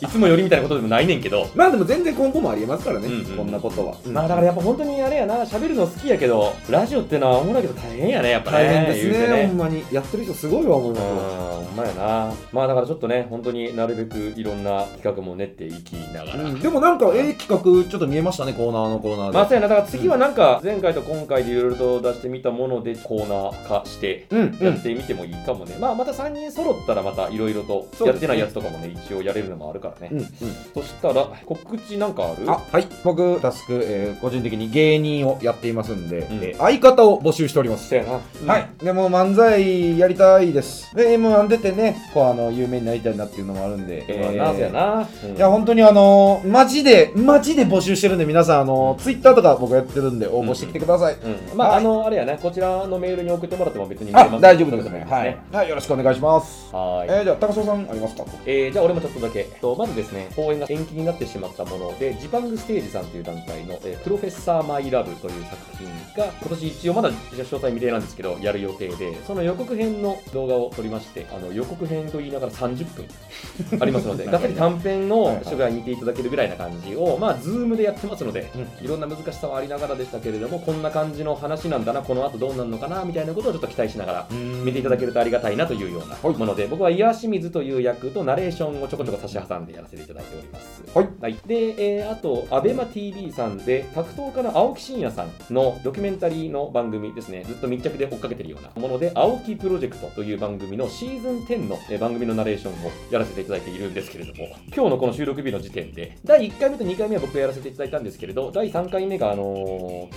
いつもよりみたいなことでもないねんけど、まあでも全然今後もありえますからね、うんうんこんなことは。まあだからやっぱ本当にあれやな、喋るの好きやけど、ラジオってのはおもろいけど大変やね、やっぱね。大変で言すうねてほんまに。やってる人すごいわ、思いますよ。うん、ほんまやな。まあだからちょっとね、本当になるべくいろんな企画も練っていきながら。うんでもなんか、ええ企画、ちょっと見えましたね、コーナーのコーナーで。まあ、そうやな、だから次はなんか、前回と今回でいろいろと出してみたものでコーナー化して、うん、うやんっ。てみてもいいかもね。まあ、また3人揃ったらまたいろいろと、そうやですってねないやつとかもね、一応やれるのもあるからね。うんうん、そしたら、告知なんかあるあはい僕タスク、えー個人的に芸人をやっていますんで、んえー相方を募集しておりますそうやな。はい、でも漫才やりたいです。で、m 1出てね、こうあの有名になりたいなっていうのもあるんで、そうやな、そうやな。うんいや、本当にあのー、マジで、マジで募集してるんで、皆さん、あのー、ツイッターとか僕やってるんで、応募してきてください。うん、まあ、はいあの、あれやね、こちらのメールに送ってもらっても別に見れまあ、す大丈夫ですね。ねはい。はい、よろしくお願いします。はい。えー、じゃあ、高翔さんありますかえーじゃあ俺もちょっとだけ、えっとまずですね公演が延期になってしまったものでジパングステージさんという団体の「えープロフェッサー・マイ・ラブ」という作品が今年一応まだ詳細未定なんですけどやる予定でその予告編の動画を撮りましてあの予告編と言いながら30分 [LAUGHS] ありますのでがっつり短編はいのはい初回見ていただけるぐらいな感じをまあズームでやってますのでういろんな難しさはありながらでしたけれどもこんな感じの話なんだなこの後どうなるのかなみたいなことをちょっと期待しながら見ていただけるとありがたいなというようなもので、僕は岩清水という役とナレーションをちょこちょこ差し挟んでやらせていただいております。はい、で、えーあと、アベマ t v さんで、格闘家の青木真也さんのドキュメンタリーの番組ですね、ずっと密着で追っかけてるようなもので、青木プロジェクトという番組のシーズン10のえー番組のナレーションをやらせていただいているんですけれども、今日のこの収録日の時点で、第1回目と2回目は僕がやらせていただいたんですけれど、第3回目が、あのー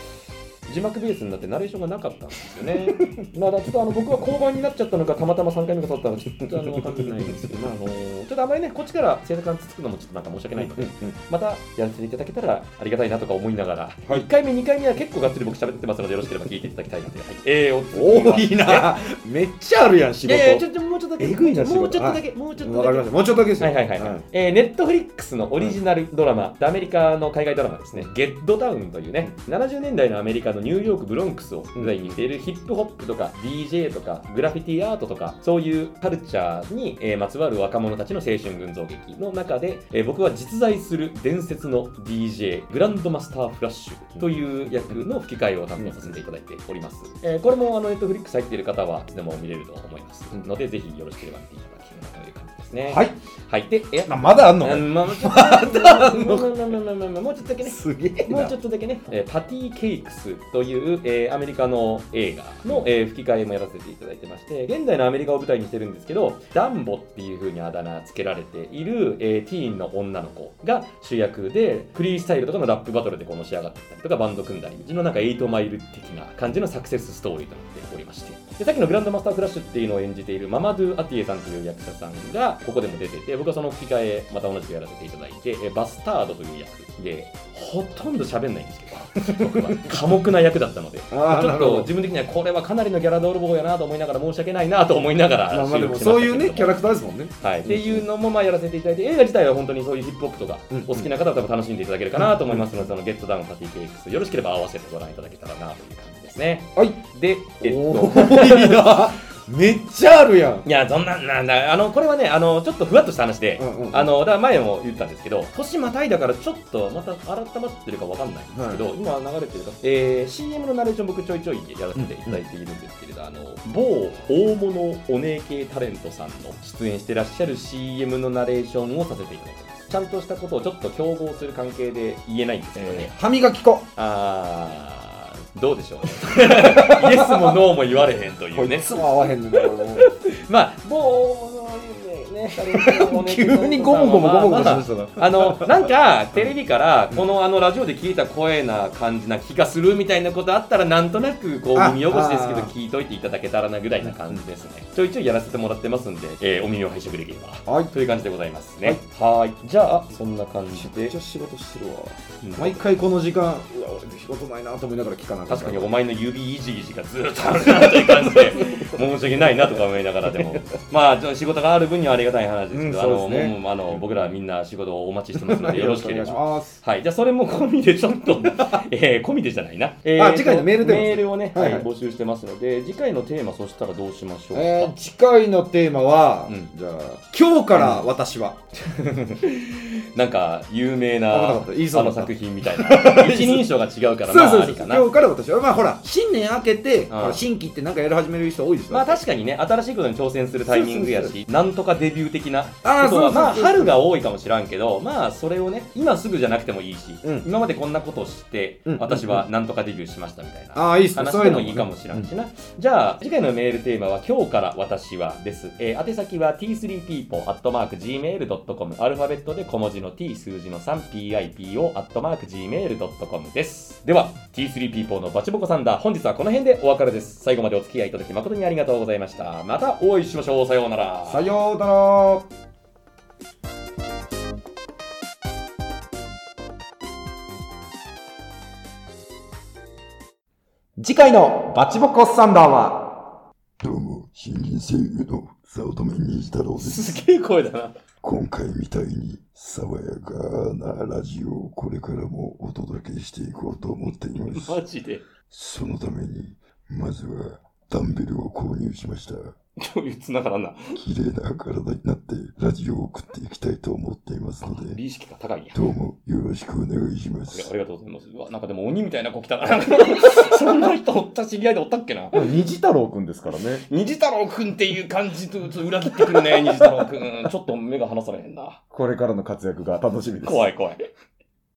字幕ベースになってナレーションがなかったんですよね。 [LAUGHS] まあだからちょっとあの僕は交番になっちゃったのか、たまたま3回目が取ったのか、ちょっとあの分かんないんですけど、 [LAUGHS] まああのちょっとあまりね、こっちから制作さんつつくのもちょっとなんか申し訳ないので、またやらせていただけたらありがたいなとか思いながら、はい1回目、2回目は結構がっつり僕喋ってますので、よろしければ聞いていただきたいので、はい、えー、お多いな。めっちゃあるやん、仕いやいや、ちょっともうちょっとだけ、えぐいな仕事もうちょっとだけ、もうちょっとわかだけりま。した。もうちょっとだけですよ。はいはいはい、はいえーネットフリックスのオリジナルドラマ、アメリカの海外ドラマですね、ゲットダウンというね、70年代のアメリカのニューヨーク、ブロンクスを舞台にしているヒップホップとか DJ とかグラフィティアートとか、そういうカルチャーに、えーまつわる若者たちの青春群像劇の中で、えー僕は実在する伝説の DJ、グランドマスター・フラッシュという役の吹き替えを担当させていただいております。えーこれもあのネットフリックス入っている方はいつでも見れると思いますので、ぜひよろしければ見ていただければという感じですね。はい。はい、で、え、あまだあんのかうよんまあ、まあ、まあ、まあ、まあ、まあ、まあ、まあ、もうちょっとだけね。すげえもうなちょ。っとだけね、えーパティ・ケイクスという、えーアメリカの映画の、えー吹き替えもやらせていただいてまして、現在のアメリカを舞台にしてるんですけど、ダンボっていう風にあだ名つけられている、えーティーンの女の子が主役で、フリースタイルとかのラップバトルでこうのし上がってきたりとか、バンド組んだり、うちのなんかエイトマイル的な感じのサクセスストーリーとなっておりまして、でさっきのグランドマスター・クラッシュっていうのを演じているママドゥ・アティエさんという役者さんがここでも出てて僕はその吹き替えまた同じくやらせていただいてえバスタードという役でほとんど喋んないんですけど [LAUGHS] 僕は寡黙な役だったのでちあーょなっるほとど自分的にはこれはかなりのギャラ泥棒やなと思いながら申し訳ないなと思いながらまあまあでも収録しましたそういうけれね、どもキャラクターですもんね。はい、っていうのもまあやらせていただいて映画自体は本当にそういうヒップホップとかうんお好きな方は多分楽しんでいただけるかなと思いますのでそのゲットダウンパティケイクスよろしければ合わせてご覧いただけたらなという感じですねはい。でえっと多いな。めっちゃあるやん。いや、そんな、なんだ、あの、これはね、あの、ちょっとふわっとした話で、うんうんあの、だから前も言ったんですけど、年またいだからちょっとまた改まってるかわかんないんですけど、今流れてるか、えー、CM のナレーション僕ちょいちょいやらせていただいているんですけれど、あの、某大物お姉系タレントさんの出演してらっしゃる CM のナレーションをさせていただいてます。ちゃんとしたことをちょっと競合する関係で言えないんですけどね。歯磨き粉。あー、どうでしょうね。 [LAUGHS] イエスもノーも言われへんというこれねい。つも合わへんねんな。 [LAUGHS] 俺もうまあ、もう、ね、急にゴムゴムゴムゴムしまあまましたな。ああの、なんか、テレビから、この、あの、ラジオで聞いた声な感じな気がするみたいなことあったら、なんとなく、こう、あ耳汚しですけど、あー聞いといていただけたらなぐらいな感じですね。ちょいちょいやらせてもらってますんで、えーお耳を拝借できれば。はいという感じでございますね。はーい。じゃあ、そんな感じめっでち、ゃ仕事してるわ。毎回この時間、うわ、俺仕事ないなと思いながら聞かなかった確かにお前の指いじいじが [LAUGHS] ずっとあるなという感じで申し訳ないなとか思いながらでもまあちょっと仕事がある分にはありががたい話ですけど、うんそうであすねのもうあの僕らみんな仕事をお待ちしてますの [LAUGHS] でよろしければ。ます。はい、じゃあそれも込みでちょっと、 [LAUGHS] えー、込みでじゃないな。えーあ次回のメールテーマですねメールをね、ははいい募集してますので、次回のテーマ、そしたらどうしましょうか。えー、次回のテーマは、うんじゃあ今日から私は、なんか、有名なあわかったわかった言いそあうになのった作品みたいな。一人称が違うから、まあ、 [LAUGHS] そうあそうりそかうな。今日から私はまあほら新年明けて、ほら新規ってなんかやり始める人多いですよまあ確かにね、新しいことに挑戦するタイミングやし、なんとかデビュー的なこあーとは、そうそうそうまあ春が多いかもしらんけど、まあそれをね、今すぐじゃなくてもいいしうん、今までこんなことをしてうん、私はなんとかデビューしましたみたいな。ああいい [LAUGHS] っすね話そうでいうのももねいいかもしらんしな。じゃあ、次回のメールテーマは、今日から私はです。えー、宛先は t3people.gmail.com、アルファベットで小文字の t、数字の 3pipo.gmail.com です。では、t3people のバチボコさんだ、本日はこの辺でお別れです。最後までお付き合いいただき誠にありがとうございました。またお会いしましょう。さようなら。さようなら次回のバチボコスサンダーは、どうも、新人声優の早乙女虹太郎です。すげえ声だな。今回みたいに爽やかなラジオをこれからもお届けしていこうと思っています。マジで。そのために、まずはダンベルを購入しました。どういう繋がらんな。綺麗な体になってラジオを送っていきたいと思っていますの美で、意識が高いんや。どうもよろしくお願いしますあ。りがとうございます。うわ、なんかでも鬼みたいな子来たな。そんな人おった、知り合いでおったっけな。虹太郎くんですからね。虹太郎くんっていう感じと、ちょっと裏切ってくるね、虹太郎くん。ちょっと目が離されへんな。これからの活躍が楽しみです。怖い怖い。